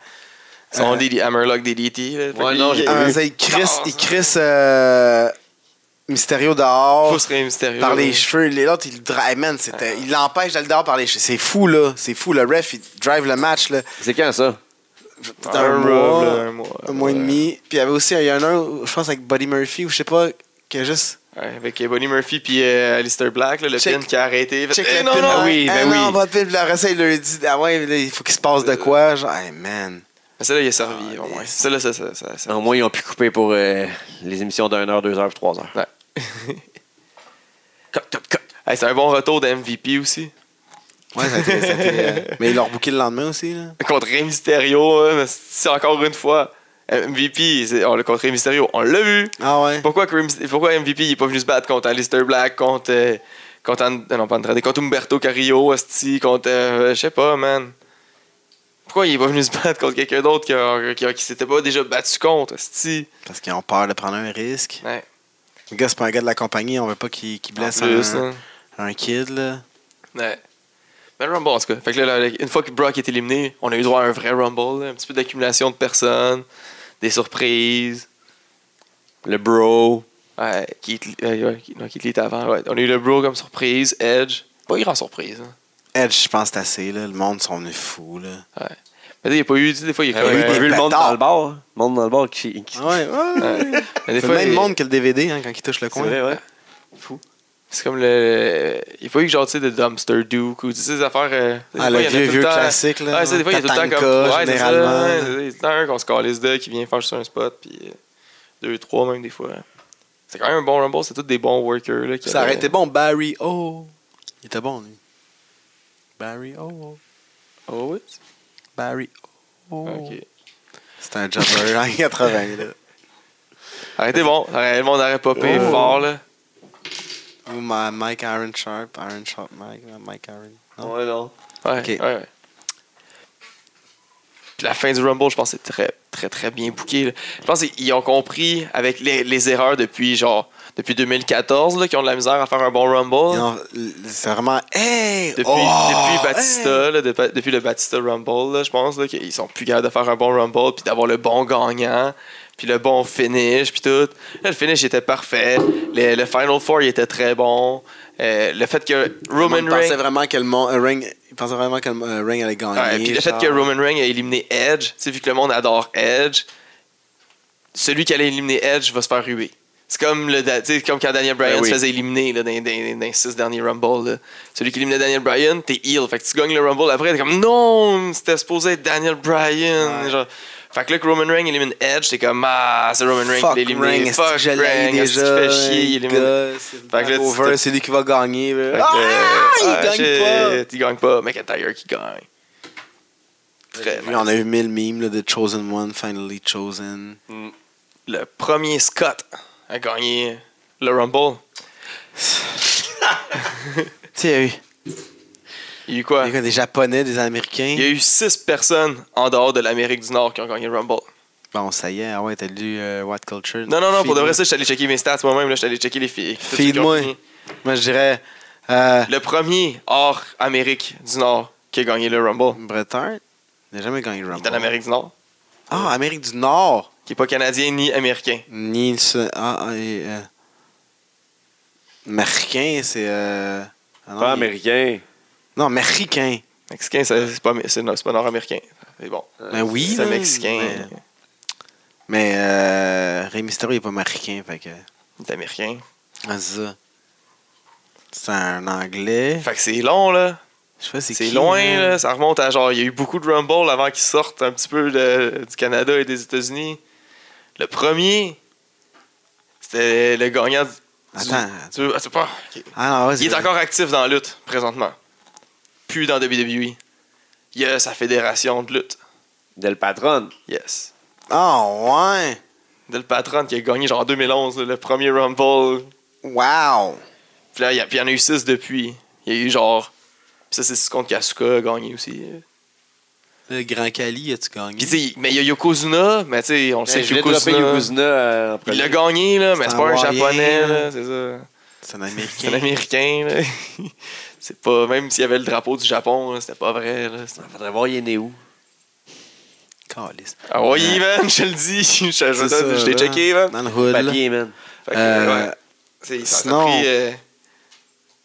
Speaker 2: Son
Speaker 3: Euh,
Speaker 2: DD, Hammerlock DDT. Là. Fait
Speaker 1: Ouais,
Speaker 2: que
Speaker 1: non,
Speaker 2: il-
Speaker 1: j'ai
Speaker 3: Ah,
Speaker 2: il-
Speaker 3: ça, il crisse,
Speaker 2: Non,
Speaker 3: il
Speaker 2: ça-
Speaker 3: crisse, euh, Mysterio dehors
Speaker 2: Pousse Rey Mysterio.
Speaker 3: par les
Speaker 2: là.
Speaker 3: cheveux. Les- L'autre, il le drive, man, c'était- il l'empêche d'aller dehors par les cheveux. C'est fou, là. C'est fou, le ref, il drive le match, là.
Speaker 1: C'est quand ça?
Speaker 3: Dans
Speaker 2: Un
Speaker 3: un,
Speaker 2: Raw,
Speaker 3: mois,
Speaker 2: là, un mois.
Speaker 3: un mois et demi. Puis il y avait aussi, il y en a un, où- je pense, avec Buddy Murphy, ou je sais pas, que juste.
Speaker 2: Ouais, avec Bonnie Murphy puis euh, Alistair Black, là, le
Speaker 3: Check-
Speaker 2: pin qui a arrêté. Fait-
Speaker 3: Check
Speaker 2: Eh,
Speaker 3: le
Speaker 2: non,
Speaker 3: pin.
Speaker 2: non,
Speaker 3: Ah,
Speaker 2: oui,
Speaker 3: ah
Speaker 2: ben
Speaker 3: non,
Speaker 2: oui.
Speaker 3: votre pin, puis le reste, il lui dit, ah ouais, là, il faut qu'il se passe de quoi. Genre, hey, man.
Speaker 2: Mais Celle-là, il a servi,
Speaker 3: Ah,
Speaker 2: au moins.
Speaker 3: yes.
Speaker 2: Celle-là, ça. ça, ça, ça-
Speaker 1: Au moins, ils ont pu couper pour euh, les émissions d'une heure, deux heures, puis trois heures.
Speaker 2: Ouais. Cut, cut, cut. Hey, c'est un bon retour d'MVP aussi.
Speaker 3: Ouais, ça a été- ça a été, euh, Mais il l'a rebooké le lendemain aussi, là.
Speaker 2: Contre Rey Mysterio, hein, mais c'est encore une fois. MVP, c'est- on l'a contre Rey Mysterio, on l'a vu.
Speaker 3: Ah ouais.
Speaker 2: Pourquoi, que Rey Myst- pourquoi MVP il est pas venu se battre contre Alistair Black, contre. euh, contre And- non, pas Andrade, contre Umberto Carrillo, Asti, contre. euh, je sais pas, man. Pourquoi il est pas venu se battre contre quelqu'un d'autre qui, a- qui, a- qui s'était pas déjà battu contre, Asti?
Speaker 3: Parce qu'ils ont peur de prendre un risque.
Speaker 2: Ouais.
Speaker 3: Le gars, c'est pas un gars de la compagnie, on veut pas qu'il qu'il blesse
Speaker 2: En plus,
Speaker 3: un,
Speaker 2: hein.
Speaker 3: un kid, là.
Speaker 2: Ouais. Mais le Rumble, en tout cas. Fait que là, là, une fois que Brock est éliminé, on a eu droit à un vrai Rumble, là, un petit peu d'accumulation de personnes, des surprises.
Speaker 1: Le bro.
Speaker 2: Ouais, Keith Lee, euh, ouais, Keith- non, Keith Lee était avant. ouais. On a eu le Bro comme surprise, Edge. Pas grand surprise. hein.
Speaker 3: Edge, je pense que c'est assez, là. Le monde sont venus fous, là.
Speaker 2: Mais tu sais, il n'y a pas eu, tu sais, des fois, il y a
Speaker 1: J'ai
Speaker 2: comme,
Speaker 3: oui,
Speaker 2: euh,
Speaker 3: des
Speaker 1: vu le monde
Speaker 3: pétards.
Speaker 1: dans le bar. hein. Le monde dans le bar qui. qui-
Speaker 3: Ah ouais, ouais.
Speaker 2: Ouais. Mais des
Speaker 3: C'est le
Speaker 2: fois,
Speaker 3: même
Speaker 2: il-
Speaker 3: monde que le DVD, hein, quand il touche le
Speaker 1: C'est
Speaker 3: coin.
Speaker 1: vrai, ouais.
Speaker 2: C'est comme le. Il n'y a pas eu genre, tu sais, de dumpster duke ou tu sais, des affaires. euh, des
Speaker 3: Ah,
Speaker 2: fois,
Speaker 3: le
Speaker 2: il y en a
Speaker 3: vieux,
Speaker 2: tout
Speaker 3: vieux
Speaker 2: le temps-
Speaker 3: classique, là.
Speaker 2: Ouais, c'est des fois, il y a tout le temps comme.
Speaker 3: Tatanka,
Speaker 2: Ouais, c'est ça,
Speaker 3: généralement.
Speaker 2: ouais, c'est ça, Il y a tout le temps un qu'on se calisse de qui vient faire juste un spot, puis euh, deux, trois même des fois. hein. C'est quand même un bon Rumble, c'est tous des bons workers. Là, qui
Speaker 3: Ça aurait
Speaker 2: avaient-
Speaker 3: été bon, Barry O. Il était bon, lui. Barry O.
Speaker 2: Oh, oui.
Speaker 3: Barry O.
Speaker 2: Ah, Ok.
Speaker 3: C'était un jobber en 80, là.
Speaker 2: Ça aurait été bon, ça aurait- le monde n'aurait pas payé
Speaker 3: Oh.
Speaker 2: fort, là.
Speaker 3: Ou ma- Mike Aaron Sharp. Aaron Sharp, Mike. là, Mike Aaron. Non.
Speaker 1: Ouais, non.
Speaker 2: Ouais,
Speaker 3: Ok.
Speaker 2: ouais, ouais. Puis la fin du Rumble, je pense que c'est très, très, très bien booké. là. Je pense qu'ils ont compris avec les, les erreurs depuis genre depuis 2014 là, qui ont de la misère à faire un bon Rumble.
Speaker 3: Ils ont- C'est vraiment. Hey!
Speaker 2: Depuis,
Speaker 3: oh,
Speaker 2: depuis
Speaker 3: hey!
Speaker 2: Batista, là, de- depuis le Batista Rumble, là, je pense là, qu'ils sont plus capables de faire un bon Rumble, puis d'avoir le bon gagnant, puis le bon finish, puis tout. Là, le finish était parfait. Le, le Final Four, il était très bon. Euh, le fait que Roman
Speaker 3: Il pensait
Speaker 2: Reigns...
Speaker 3: vraiment que le mon- euh, Ring, il pensait vraiment que le euh, Ring allait gagner.
Speaker 2: Ouais, puis le fait
Speaker 3: genre.
Speaker 2: que Roman Reigns a éliminé Edge, tu sais, vu que le monde adore Edge, celui qui allait éliminer Edge va se faire ruer. C'est comme, le, da- tu sais, comme quand Daniel Bryan
Speaker 1: Ben oui.
Speaker 2: se faisait éliminer là, dans, dans- dans les six derniers Rumble. là. Celui qui éliminait Daniel Bryan, t'es heel. Fait que tu gagnes le Rumble après, t'es comme non, c'était supposé être Daniel Bryan.
Speaker 3: Ouais.
Speaker 2: Genre, fait que là, que Roman Reigns élimine Edge, t'es comme ah, c'est Roman Reigns qui l'a éliminé.
Speaker 3: Fuck
Speaker 2: Fuck
Speaker 3: Ring, est-ce que je l'ai
Speaker 2: Reign, est-ce
Speaker 3: déjà.
Speaker 2: qu'il fait chier, il élimine. Fait que là, tu
Speaker 3: over,
Speaker 2: t'es-
Speaker 3: c'est lui qui va gagner. là.
Speaker 2: Fait que,
Speaker 3: Ah,
Speaker 2: ah,
Speaker 3: il
Speaker 2: shit,
Speaker 3: gagne
Speaker 2: Il gagne pas. McIntyre qui gagne. Très
Speaker 3: pas. Oui, on a eu mille memes là, de Chosen One, Finally Chosen.
Speaker 2: le premier Scott à gagner le Rumble.
Speaker 3: Tu sais, il y a eu-
Speaker 2: Il y a eu quoi?
Speaker 3: il y a eu des Japonais, des Américains.
Speaker 2: Il y a eu six personnes en dehors de l'Amérique du Nord qui ont gagné le Rumble.
Speaker 3: Bon, ça y est, ah ouais, t'as lu euh, What Culture.
Speaker 2: Non, non, non, pour de vrai,
Speaker 3: Feed-moi.
Speaker 2: ça, je suis allé checker mes stats moi-même. là, Je suis allé checker les filles. tous ceux qui ont
Speaker 3: Feed-moi.
Speaker 2: gagné.
Speaker 3: Moi, je dirais euh,
Speaker 2: Le premier hors Amérique du Nord qui a gagné le Rumble.
Speaker 3: Bret Hart n'a jamais gagné le
Speaker 2: Il
Speaker 3: Rumble.
Speaker 2: est en Amérique du Nord.
Speaker 3: Ah, Amérique du Nord.
Speaker 2: Qui n'est pas canadien ni américain.
Speaker 3: Nielsen. Ah, ah, et, euh, Américain, c'est. Euh... ah non,
Speaker 1: Pas
Speaker 3: il-
Speaker 1: américain.
Speaker 3: Non, Américain.
Speaker 2: Mexicain, ça, c'est pas, c'est non- c'est pas nord-américain. C'est bon.
Speaker 3: Mais Ben oui.
Speaker 2: C'est
Speaker 3: là,
Speaker 2: mexicain.
Speaker 3: Mais, mais euh, Rey Mysterio, il n'est pas américain, fait que.
Speaker 2: Il est américain.
Speaker 3: Ah, c'est ça. C'est un anglais.
Speaker 2: Fait que c'est long, là.
Speaker 3: Je sais pas c'est
Speaker 2: C'est
Speaker 3: qui,
Speaker 2: loin, là. Ça remonte à genre. Il y a eu beaucoup de Rumble avant qu'ils sortent un petit peu de- du Canada et des États-Unis. Le premier, c'était le gagnant. du-
Speaker 3: Attends.
Speaker 2: Tu veux- ah, c'est pas. ok.
Speaker 3: Ah, non, ouais,
Speaker 2: Il est
Speaker 3: c'est-
Speaker 2: encore actif dans la lutte, présentement. Plus dans WWE. Il a sa fédération de lutte.
Speaker 1: Del Patron.
Speaker 2: Yes.
Speaker 3: Ah, ouais.
Speaker 2: Del Patron qui a gagné genre en 2011, là, le premier Rumble.
Speaker 3: Wow.
Speaker 2: Puis là, il y, a- puis il y en a eu six depuis. Il y a eu genre. Puis ça, c'est ce contre Kasuka a gagné aussi.
Speaker 3: Le Grand Cali, as-tu gagné?
Speaker 2: Puis tu sais, mais il y a Yokozuna, mais tu sais, on le sait
Speaker 1: Je
Speaker 2: que
Speaker 1: voulais dropper
Speaker 2: Yokozuna.
Speaker 1: Yokozuna euh, en premier.
Speaker 2: Il l'a gagné, là, mais
Speaker 3: C'est
Speaker 2: c'est pas
Speaker 3: un
Speaker 2: un
Speaker 3: Hawaïen,
Speaker 2: japonais,
Speaker 3: là.
Speaker 2: là, c'est ça.
Speaker 3: C'est un Américain.
Speaker 2: C'est un américain, là. C'est pas. Même s'il y avait le drapeau du Japon, là, c'était pas vrai, là. C'est-
Speaker 1: Faudrait voir, il est né où.
Speaker 3: Caliste.
Speaker 2: Ah ouais, man, je le dis. Je, je- je-
Speaker 3: C'est ça,
Speaker 2: je l'ai
Speaker 3: là.
Speaker 2: checké, man.
Speaker 3: Dans le hood. là.
Speaker 1: Papier, man.
Speaker 2: Fait que,
Speaker 3: Euh,
Speaker 2: ouais. C'est, ça,
Speaker 3: sinon-
Speaker 2: a pris. euh,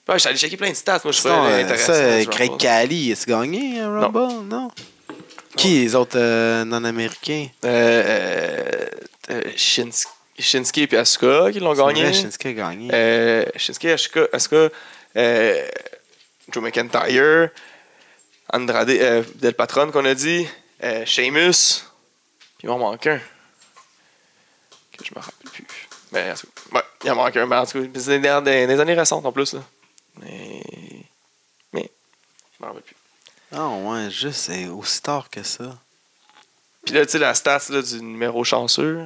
Speaker 2: Ouais, j'allais checker plein de stats, moi, je trouvais
Speaker 3: Sinon, euh,
Speaker 2: intéressant.
Speaker 3: ça, euh,
Speaker 2: ce
Speaker 3: Craig
Speaker 2: Rumble.
Speaker 3: Cali, est-ce gagné un Rumble? Non. Qui les autres euh, non-américains?
Speaker 2: Euh, euh, euh, Shins- Shinsuke et Asuka qui l'ont gagné.
Speaker 3: C'est vrai, Shinsuke a gagné.
Speaker 2: Euh, Shinsuke Asuka, Asuka, euh, Joe McIntyre, Andrade, euh, Del Patron qu'on a dit, euh, Sheamus, puis il m'en manque un. Que je me rappelle plus. Mais en tout cas, ouais, il en manque un, mais en tout cas, c'est des, des- des années récentes en plus. Là. Mais. Mais. Je m'en rappelle plus.
Speaker 3: Ah ouais, juste, c'est aussi tard que ça.
Speaker 2: Puis là, tu sais, la stats là, du numéro chanceux,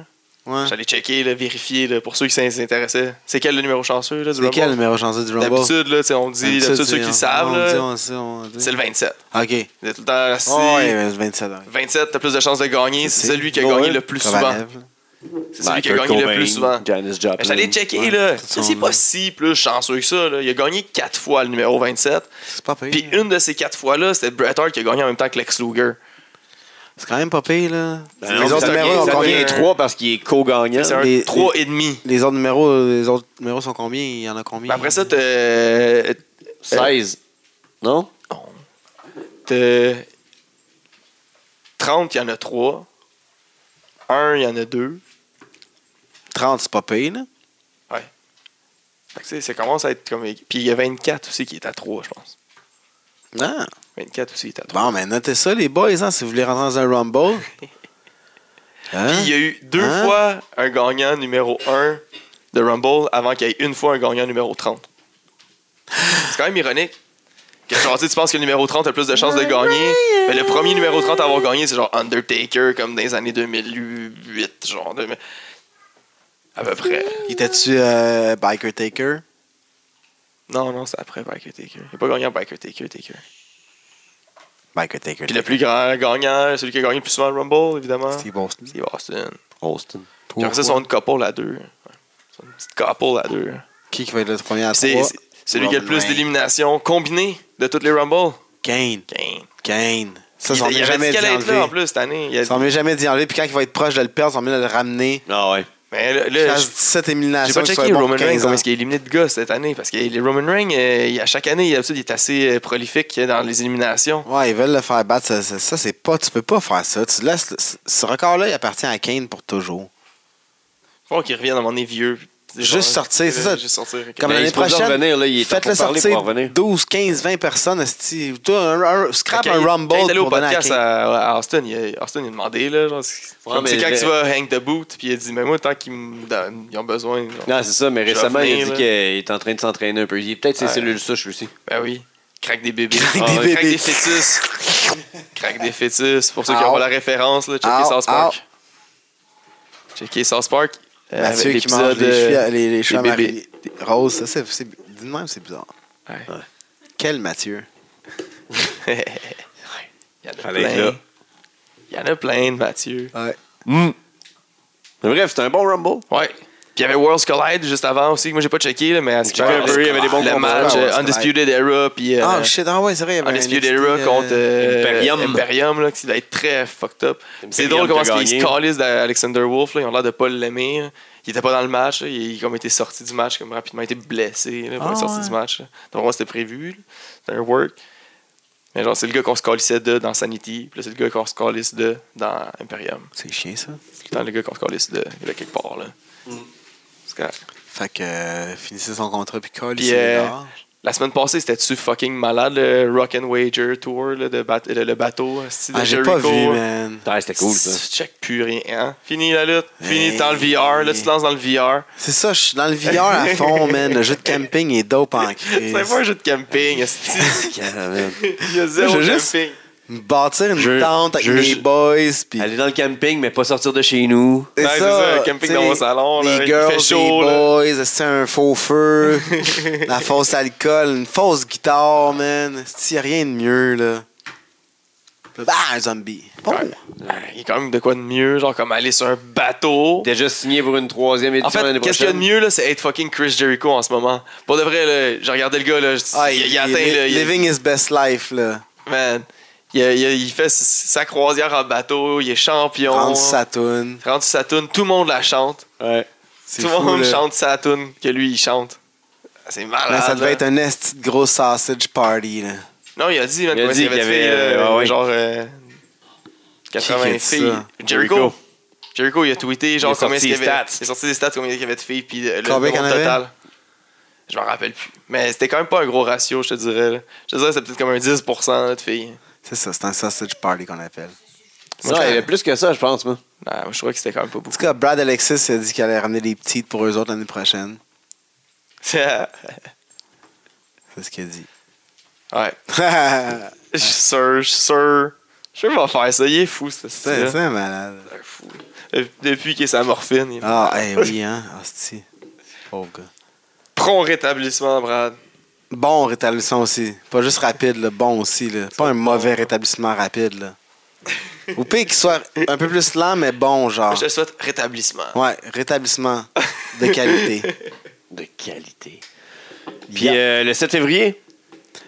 Speaker 3: Ouais.
Speaker 2: j'allais checker, là, vérifier là, pour ceux qui s'intéressaient. C'est quel le numéro chanceux là, du
Speaker 3: C'est
Speaker 2: Rumble?
Speaker 3: quel numéro chanceux du Rumble?
Speaker 2: D'habitude, là, tu sais, on dit, d'habitude, ceux qui le savent, là, c'est
Speaker 3: C'est
Speaker 2: le 27.
Speaker 3: OK.
Speaker 2: Vous êtes tout le temps assis.
Speaker 3: Oh, ouais, mais c'est 27 ans.
Speaker 2: 27, t'as plus de chances de gagner. C'est celui qui a gagné le plus souvent. C'est celui qui a
Speaker 1: Kurt
Speaker 2: gagné le
Speaker 1: Cobain,
Speaker 2: plus souvent.
Speaker 1: Janis Joplin.
Speaker 2: Mais j'allais checker,
Speaker 3: Ouais,
Speaker 2: là.
Speaker 3: tout
Speaker 2: Ça,
Speaker 3: son
Speaker 2: c'est
Speaker 3: nom.
Speaker 2: pas si plus chanceux que ça, là. Il a gagné 4 fois le numéro 27.
Speaker 3: C'est pas pire.
Speaker 2: Puis une de ces 4 fois-là, c'était Bret Hart qui a gagné en même temps que Lex Luger.
Speaker 3: C'est quand même pas pire, là.
Speaker 1: Ben non,
Speaker 3: les, autres
Speaker 1: ça
Speaker 2: devient-
Speaker 3: numéros ont
Speaker 1: ça
Speaker 2: encore
Speaker 1: devient
Speaker 3: combien?
Speaker 2: un-
Speaker 1: trois parce qu'il est co-gagnant.
Speaker 2: C'est un
Speaker 3: les-
Speaker 2: 3,5.
Speaker 3: les autres numéros, les autres numéros sont combien? Il y en a
Speaker 2: Mais
Speaker 3: combien?
Speaker 2: Ben, après ça, t'as.
Speaker 1: 16. Non?
Speaker 2: T'as. 30, il y en a 3. 1, il y en a 2.
Speaker 3: 30, c'est pas pire, là.
Speaker 2: Fait que, tu sais, ça commence à être comme. Puis il y a 24 aussi qui est à 3, je pense.
Speaker 3: Ah.
Speaker 2: 24 aussi qui est à 3.
Speaker 3: Bon, mais notez ça, les boys, hein, si vous voulez rentrer dans un Rumble. Hein?
Speaker 2: Puis il y a eu deux
Speaker 3: Hein?
Speaker 2: fois un gagnant numéro 1 de Rumble avant qu'il y ait une fois un gagnant numéro 30. C'est quand même ironique. Que genre, tu sais, tu penses que le numéro 30 a plus de chances de gagner, mais le premier numéro 30 à avoir gagné, c'est genre Undertaker, comme dans les années 2008, genre. deux- À peu près.
Speaker 3: Il était-tu euh, Biker Taker?
Speaker 2: Non, non, c'est après Biker Taker. Il n'a pas gagné en Biker Taker, Taker.
Speaker 3: Biker Taker.
Speaker 2: Puis le plus grand gagnant, celui qui a gagné le plus souvent le Rumble, évidemment,
Speaker 3: C'est bon. c'est-
Speaker 2: c'est Austin.
Speaker 1: Austin.
Speaker 2: Puis après ça, ils sont une couple à deux. Ouais. Ils sont une petite couple à deux.
Speaker 3: Qui qui va être le premier à
Speaker 2: C'est
Speaker 3: 3?
Speaker 2: c'est celui qui a le plus
Speaker 3: Roman Reigns.
Speaker 2: d'éliminations combinées de toutes les Rumbles.
Speaker 3: Kane.
Speaker 2: Kane.
Speaker 3: Kane. Ça,
Speaker 2: il
Speaker 3: ça, on
Speaker 2: il
Speaker 3: m'est
Speaker 2: avait
Speaker 3: jamais
Speaker 2: dit
Speaker 3: dit
Speaker 2: qu'elle allait être là en
Speaker 3: enlever.
Speaker 2: plus cette année. Il a dit-
Speaker 3: Ça, on m'est jamais dit enlever. Puis quand il va être proche de le perdre, ça, on m'est de le ramener.
Speaker 1: Ah ouais.
Speaker 2: Mais là, là,
Speaker 3: Quand je
Speaker 2: j-
Speaker 3: dis cette
Speaker 2: Euh, j'ai
Speaker 3: élimination,
Speaker 2: pas checké Roman Reigns comment est-ce qu'il a éliminé de gars cette année. Parce que les Roman Reigns, euh, il- à chaque année, il, d'habitude, il est assez euh, prolifique dans les éliminations.
Speaker 3: Ouais, ils veulent le faire battre. Ça, ça, ça, c'est pas. Tu peux pas faire ça. Tu laisses le- ce record-là, il appartient à Kane pour toujours.
Speaker 2: Faut qu'il revienne à mon moment donné vieux. puis des
Speaker 3: Juste
Speaker 2: gens-
Speaker 3: sortir, c'est ça.
Speaker 2: Juste sortir. ok.
Speaker 3: Comme
Speaker 1: Ben, il
Speaker 3: l'année
Speaker 1: est supposé
Speaker 3: prochaine,
Speaker 1: revenir, là, il est temps
Speaker 3: faites-le
Speaker 1: pour parler,
Speaker 3: sortir
Speaker 1: pour revenir.
Speaker 3: 12, 15, 20 personnes. esti. Toi, un- un- scrap
Speaker 2: Quand
Speaker 3: un
Speaker 2: il-
Speaker 3: Rumble
Speaker 2: Quand il est allé au
Speaker 3: pour donner à
Speaker 2: podcast
Speaker 3: 15.
Speaker 2: à, à Austin, il a, Austin, il a demandé, là, genre, c'est
Speaker 1: Ouais,
Speaker 2: comme,
Speaker 1: mais
Speaker 2: c'est quand
Speaker 1: le-
Speaker 2: tu vas hang the boot, puis il a dit, mais moi, tant qu'ils me donnent, ils ont besoin. genre.
Speaker 1: Non, c'est ça, mais
Speaker 2: Je vais
Speaker 1: récemment, il a
Speaker 2: revenir,
Speaker 1: dit
Speaker 2: là.
Speaker 1: qu'il est en train de s'entraîner un peu. Il est peut-être ses
Speaker 2: Ouais.
Speaker 1: cellules souches aussi.
Speaker 2: Ben oui. Craque des bébés.
Speaker 3: Craque des
Speaker 2: ouais,
Speaker 3: bébés. Ah.
Speaker 2: Craque des fœtus. Craque des fœtus. Pour ceux qui
Speaker 3: Ow.
Speaker 2: n'ont pas la référence, là, checkez
Speaker 3: Ow,
Speaker 2: South Park. Checkez South Park. euh,
Speaker 3: Mathieu
Speaker 2: avec
Speaker 3: qui mange
Speaker 2: l'épisode,
Speaker 3: les
Speaker 2: euh,
Speaker 3: cheveux, à- les, les cheveux
Speaker 2: des
Speaker 3: à
Speaker 2: bébés.
Speaker 3: Marie- des- Rose, ça, c'est. c'est- Dis de même, c'est bizarre.
Speaker 2: Ouais.
Speaker 3: Quel Mathieu
Speaker 2: Il y en a
Speaker 1: Allez,
Speaker 2: plein.
Speaker 1: là.
Speaker 2: Il y en a plein de Mathieu.
Speaker 3: Ouais. Hmm.
Speaker 1: Mais bref, c'est un bon Rumble.
Speaker 2: Ouais. Puis il y avait Worlds Collide juste avant aussi, que moi j'ai pas checké, là, mais à ce qui
Speaker 1: Jack
Speaker 2: paraît,
Speaker 1: Avery avait des bons
Speaker 2: Le
Speaker 1: combats.
Speaker 2: match
Speaker 3: Ouais,
Speaker 2: euh,
Speaker 3: Worlds Collide.
Speaker 2: Undisputed Era, puis. euh,
Speaker 3: Ah, shit, ah ouais, c'est vrai. il y avait un
Speaker 2: Undisputed
Speaker 3: NXT,
Speaker 2: Era
Speaker 3: euh,
Speaker 2: contre euh,
Speaker 1: Imperium.
Speaker 2: Imperium, là, qui va être très fucked up. C'est
Speaker 1: Imperium
Speaker 2: drôle comment
Speaker 1: qui a
Speaker 2: ils se
Speaker 1: gagné.
Speaker 2: calissent d'Alexander Wolf. Là, ils ont l'air de pas l'aimer. là. Il était pas dans le match. là. Il a comme été sorti du match, comme rapidement il a été blessé là, pour
Speaker 3: Ah,
Speaker 2: être sorti
Speaker 3: ouais.
Speaker 2: du match. là. Donc, moi, c'était prévu. là. C'était un work. Mais genre, c'est le gars qu'on se calissait de dans Sanity. Puis là, c'est le gars qu'on se calisse de dans Imperium.
Speaker 3: C'est chiant, ça.
Speaker 2: C'est tout le temps le gars qu'on se calisse de, de quelque part. Là.
Speaker 3: Mm.
Speaker 2: C'est correct.
Speaker 3: Fait que euh, finissez son contrat puis colle
Speaker 2: Puis,
Speaker 3: ici,
Speaker 2: euh,
Speaker 3: dehors.
Speaker 2: La semaine passée, c'était-tu fucking malade le Rock and Wager Tour, là, de bat- le, le bateau euh, style de
Speaker 3: Ah, j'ai pas
Speaker 2: Jericho.
Speaker 3: vu, man.
Speaker 1: Ouais, c'était cool, ça.
Speaker 2: Tu check plus rien. Hein? Fini la lutte. Fini
Speaker 3: Hey.
Speaker 2: dans le VR. Là, tu te lances dans le VR.
Speaker 3: C'est ça, je suis dans le VR à fond, man. Le jeu de camping est dope en crise.
Speaker 2: C'est pas un jeu de camping. esti. Il y a zéro
Speaker 3: Je veux
Speaker 2: camping.
Speaker 3: juste- Me Bâtir une
Speaker 1: Je-
Speaker 3: tente avec
Speaker 1: je-
Speaker 3: mes
Speaker 1: je-
Speaker 3: boys. Puis
Speaker 1: Aller dans le camping, mais pas sortir de chez nous.
Speaker 3: C'est
Speaker 2: Ouais, c'est ça, le camping
Speaker 3: tu sais,
Speaker 2: dans mon salon, là,
Speaker 3: Les
Speaker 2: il
Speaker 3: girls,
Speaker 2: fait chaud,
Speaker 3: les
Speaker 2: là.
Speaker 3: boys, c'est un faux feu, la fausse alcool, une fausse guitare, man. C'est y a rien de mieux, là. Bah, un zombie. Bon.
Speaker 2: Ouais. Ouais, Il y a quand même de quoi de mieux, genre comme aller sur un bateau.
Speaker 1: Déjà signé pour une troisième édition
Speaker 2: En fait,
Speaker 1: l'année
Speaker 2: qu'est-ce qu'il y a de
Speaker 1: prochaine.
Speaker 2: mieux, là, c'est être fucking Chris Jericho en ce moment. Pour de vrai, là, j'ai regardé le gars, là, je-
Speaker 3: Ah,
Speaker 2: il,
Speaker 3: il,
Speaker 2: il atteint,
Speaker 3: li-
Speaker 2: là, il-
Speaker 3: living his best life, là.
Speaker 2: man, il, il- il fait sa croisière en bateau, il est champion.
Speaker 3: Prendre sa toune.
Speaker 2: Rendu sa tune, tout le monde la chante.
Speaker 1: Ouais.
Speaker 3: C'est
Speaker 2: Tout le
Speaker 3: fou,
Speaker 2: monde
Speaker 3: là.
Speaker 2: chante sa tune que lui, il chante. C'est malade.
Speaker 3: Là, ça devait
Speaker 2: là.
Speaker 3: être un esti de gros sausage party, là.
Speaker 2: Non, il a dit, man,
Speaker 1: Il a
Speaker 2: comment
Speaker 1: dit
Speaker 2: il avait
Speaker 1: qu'il y
Speaker 2: fait,
Speaker 1: avait,
Speaker 2: là,
Speaker 1: euh, ouais, ouais.
Speaker 2: genre euh, 80
Speaker 3: Qui a dit
Speaker 2: filles.
Speaker 3: ça?
Speaker 2: Jericho.
Speaker 1: Jericho.
Speaker 2: Jericho, il a tweeté,
Speaker 1: Il
Speaker 2: genre,
Speaker 1: a
Speaker 2: combien
Speaker 1: sorti
Speaker 2: il y avait.
Speaker 1: les stats.
Speaker 2: Il a sorti des stats, combien il y avait de filles, puis euh, le
Speaker 3: Combien qu'il y en
Speaker 2: nombre
Speaker 3: avait?
Speaker 2: total. Je m'en rappelle plus. Mais c'était quand même pas un gros ratio, je te dirais. là. Je te dirais, c'était peut-être comme un 10% là, de filles.
Speaker 3: C'est ça, c'est un sausage party qu'on appelle.
Speaker 2: Moi,
Speaker 1: Non,
Speaker 2: je-
Speaker 1: il y avait plus que ça, je pense, moi.
Speaker 2: Non, moi, Bah, je trouvais que c'était quand même pas
Speaker 3: En
Speaker 2: beaucoup.
Speaker 3: tout cas, Brad Alexis il a dit qu'il allait ramener des petites pour eux autres l'année prochaine.
Speaker 2: ouais.
Speaker 3: C'est ce qu'il a dit.
Speaker 2: Je suis sûr, je suis sûr. Je sais qu'il va faire ça. Il est fou, ce style.
Speaker 3: c'est un malade.
Speaker 2: C'est un fou. Dep- Depuis qu'il est sa morphine, il est
Speaker 3: Ah, eh oui, hein. Hostie. Pauvre gars.
Speaker 2: prompt rétablissement, Brad.
Speaker 3: Bon rétablissement aussi. Pas juste rapide, là. Bon aussi, là. Pas un mauvais rétablissement rapide, là. Ou pire qu'il soit un peu plus lent, mais bon, genre.
Speaker 2: Je te souhaite rétablissement.
Speaker 3: Ouais, rétablissement de qualité.
Speaker 1: De qualité. Puis
Speaker 3: Puis, euh,
Speaker 1: euh, le 7 février,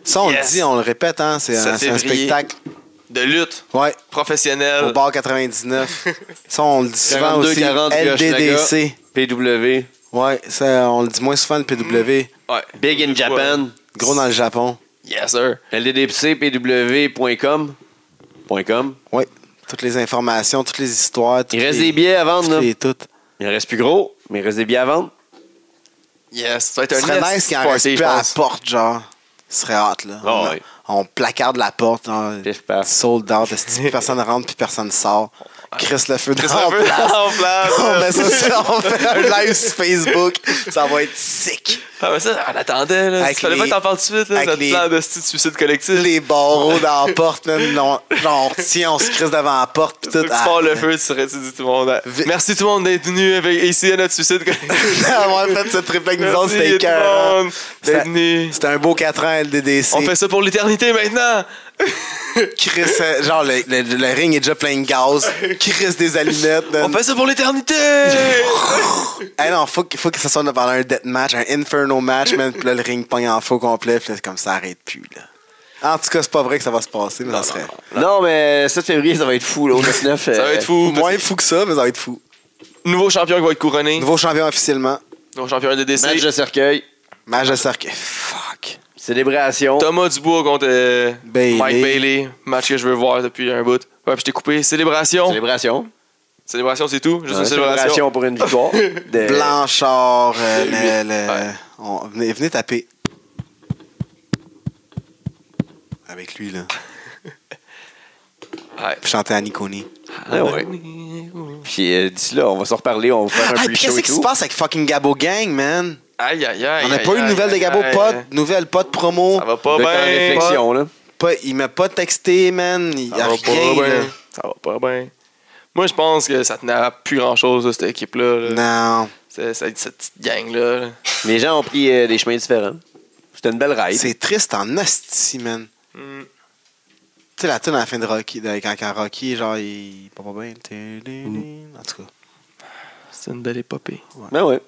Speaker 3: ça, on
Speaker 2: yes.
Speaker 3: le dit, on le répète, hein. C'est un,
Speaker 2: 7
Speaker 3: c'est un
Speaker 2: février. Euh.
Speaker 3: spectacle.
Speaker 2: De lutte
Speaker 3: Ouais, au
Speaker 2: professionnelle.
Speaker 3: bar 99. ça, on le dit souvent
Speaker 1: 42,
Speaker 3: aussi.
Speaker 1: 40,
Speaker 3: LDDC.
Speaker 1: PW,
Speaker 3: Ouais, ça, on le dit moins souvent, le PW.
Speaker 2: Ouais.
Speaker 1: Big in Japan,
Speaker 3: Gros dans le Japon.
Speaker 2: Yes, sir.
Speaker 1: LDDC, PW.com. Point com.
Speaker 3: Ouais. Toutes les informations, toutes les histoires.
Speaker 1: Il
Speaker 3: toutes
Speaker 1: reste
Speaker 3: les-
Speaker 1: des billets à vendre,
Speaker 3: toutes
Speaker 1: là.
Speaker 3: les- toutes.
Speaker 1: Il en reste plus gros, mais il reste des billets à vendre.
Speaker 2: Yes. Ça va être
Speaker 3: Ce
Speaker 2: un
Speaker 3: serait
Speaker 2: nasty
Speaker 3: nice qu'il en
Speaker 2: party, je
Speaker 3: reste plus à la
Speaker 2: pense.
Speaker 3: porte, genre. Ce serait hot, là.
Speaker 1: Ah
Speaker 3: on,
Speaker 1: ouais.
Speaker 3: on placarde la porte, genre,
Speaker 1: Pif, paf.
Speaker 3: sold out, est-ce que personne rentre puis personne sort. Chris le feu dans
Speaker 2: Chris Harper,
Speaker 3: la place.
Speaker 2: en place.
Speaker 3: On met ça sur- on fait un live sur Facebook. Ça va être sick.
Speaker 2: Ah, mais ça, on attendait. Là.
Speaker 3: Avec
Speaker 2: Il fallait
Speaker 3: les-
Speaker 2: pas que t'en parles tout de suite. Là,
Speaker 3: avec
Speaker 2: notre
Speaker 3: les-
Speaker 2: plan de style de suicide collectif.
Speaker 3: Les barreaux dans la porte, même. Genre, on retient, on se crisse devant la porte. Pis
Speaker 2: Tu
Speaker 3: tout. Ah,
Speaker 2: pars le feu, tu serais tu dis tout le monde. ah,
Speaker 3: Vi-
Speaker 2: Merci tout le monde d'être venu avec, ici à notre suicide collectif.
Speaker 3: D'avoir fait ce trip avec nous autres,
Speaker 2: Merci
Speaker 3: c'était
Speaker 2: tout
Speaker 3: cœur. hein.
Speaker 2: le monde d'être venu.
Speaker 3: C'était un beau 4 ans LDDC.
Speaker 2: On fait ça pour l'éternité maintenant.
Speaker 3: Chris, euh, genre, le, le- le ring est déjà plein de gaz. Chris des allumettes. man.
Speaker 2: On fait ça pour l'éternité.
Speaker 3: Ah non, faut, que- faut que ça soit pendant un death match, un inferno match, man. Puis là, le ring pogne en faux complet. Puis là, c'est comme ça arrête plus, là. En tout cas, c'est pas vrai que ça va se passer, mais ça serait.
Speaker 1: Non, mais le 7 février, ça va être fou, là. Au euh, 9
Speaker 2: Ça va être fou.
Speaker 3: Moins fou que ça, mais ça va être fou.
Speaker 2: Nouveau champion qui va être couronné.
Speaker 3: Nouveau champion officiellement.
Speaker 2: Nouveau champion de DC.
Speaker 1: Match de cercueil,
Speaker 3: Match de cercueil. Fuck.
Speaker 1: célébration.
Speaker 2: Thomas Dubois contre euh,
Speaker 3: Bailey.
Speaker 2: Mike Bailey. Match que je veux voir depuis un bout. Ouais, puis je t'ai coupé. Célébration.
Speaker 1: Célébration.
Speaker 2: Célébration, c'est tout. Juste
Speaker 1: Une
Speaker 2: une célébration.
Speaker 1: célébration pour une victoire. de-
Speaker 3: Blanchard, euh, le- le-
Speaker 2: Ouais.
Speaker 3: on- venez, venez taper. Avec lui, là.
Speaker 2: Ouais.
Speaker 3: Puis chanter à Niconi.
Speaker 1: Ouais, ouais. Puis euh, d'ici là, on va se reparler, on va faire un
Speaker 3: Ah,
Speaker 1: peu
Speaker 3: puis
Speaker 1: show
Speaker 3: qu'est-ce
Speaker 1: et
Speaker 3: qui se
Speaker 1: tout.
Speaker 3: passe avec fucking Gabo Gang, man?
Speaker 2: Aïe, aïe, aïe.
Speaker 3: On n'a
Speaker 2: aïe,
Speaker 3: pas eu de
Speaker 2: aïe,
Speaker 3: nouvelles de
Speaker 2: aïe,
Speaker 3: Gabo,
Speaker 2: aïe.
Speaker 3: pas de nouvelles, pas de promo.
Speaker 2: Ça va pas
Speaker 1: Le temps de
Speaker 2: bien.
Speaker 1: réflexion, là.
Speaker 3: Pas- il m'a pas texté, man. Il y
Speaker 2: Ça
Speaker 3: a
Speaker 2: va
Speaker 3: rien.
Speaker 2: pas
Speaker 3: là.
Speaker 2: bien. Ça va pas bien. Moi, je pense que ça tenait à plus grand-chose, là, cette équipe-là. là.
Speaker 3: Non.
Speaker 2: C'est- c'est- Cette petite gang-là. là.
Speaker 1: Les gens ont pris euh, des chemins différents. C'était une belle ride.
Speaker 3: C'est triste en asti, man.
Speaker 2: Hmm.
Speaker 3: Tu sais, la tune à la fin de Rocky, de- quand, quand Rocky, genre, il. Pas pas bien.
Speaker 2: Mm.
Speaker 3: En tout cas.
Speaker 2: C'est une belle épopée.
Speaker 1: Ben ouais.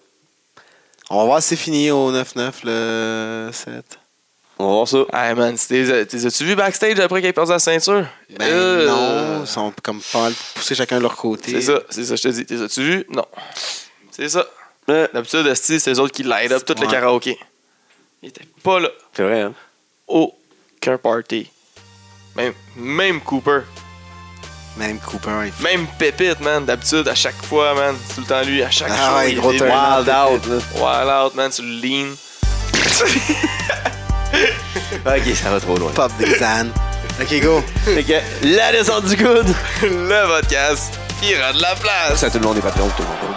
Speaker 3: On va voir si c'est fini au 9-9 le 7.
Speaker 1: On va voir ça.
Speaker 2: Hey man, t'es- t'es- as-tu vu backstage après qu'il ait perdu la ceinture?
Speaker 3: Ben
Speaker 2: Euh,
Speaker 3: non, ils sont comme pas mal poussés chacun de leur côté.
Speaker 2: C'est ça, c'est ça, je te dis. T'es as-tu vu? Non. C'est ça.
Speaker 1: Ouais.
Speaker 2: D'habitude, Esti, c'est eux autres qui light up tout le
Speaker 3: Ouais.
Speaker 2: karaoké. Il était pas là.
Speaker 1: C'est vrai, hein?
Speaker 2: Aucun party. Même, même Cooper.
Speaker 3: Même Cooper. il-
Speaker 2: Même Pépite, man. D'habitude, à chaque fois, man. C'est tout le temps lui, à chaque
Speaker 3: Ah
Speaker 2: show,
Speaker 3: ouais,
Speaker 2: il
Speaker 3: gros
Speaker 2: est
Speaker 3: turn
Speaker 2: wild,
Speaker 1: Wild out, là.
Speaker 2: wild out, man. Tu le lean.
Speaker 1: Ok, ça va trop loin.
Speaker 3: Pop des ânes. Ok, go.
Speaker 1: Fait que, la descente du coude!
Speaker 2: le podcast qui rend de la place.
Speaker 1: Ça, tout le monde est patron, tout le monde.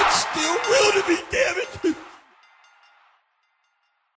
Speaker 4: It's still real to me, damn it!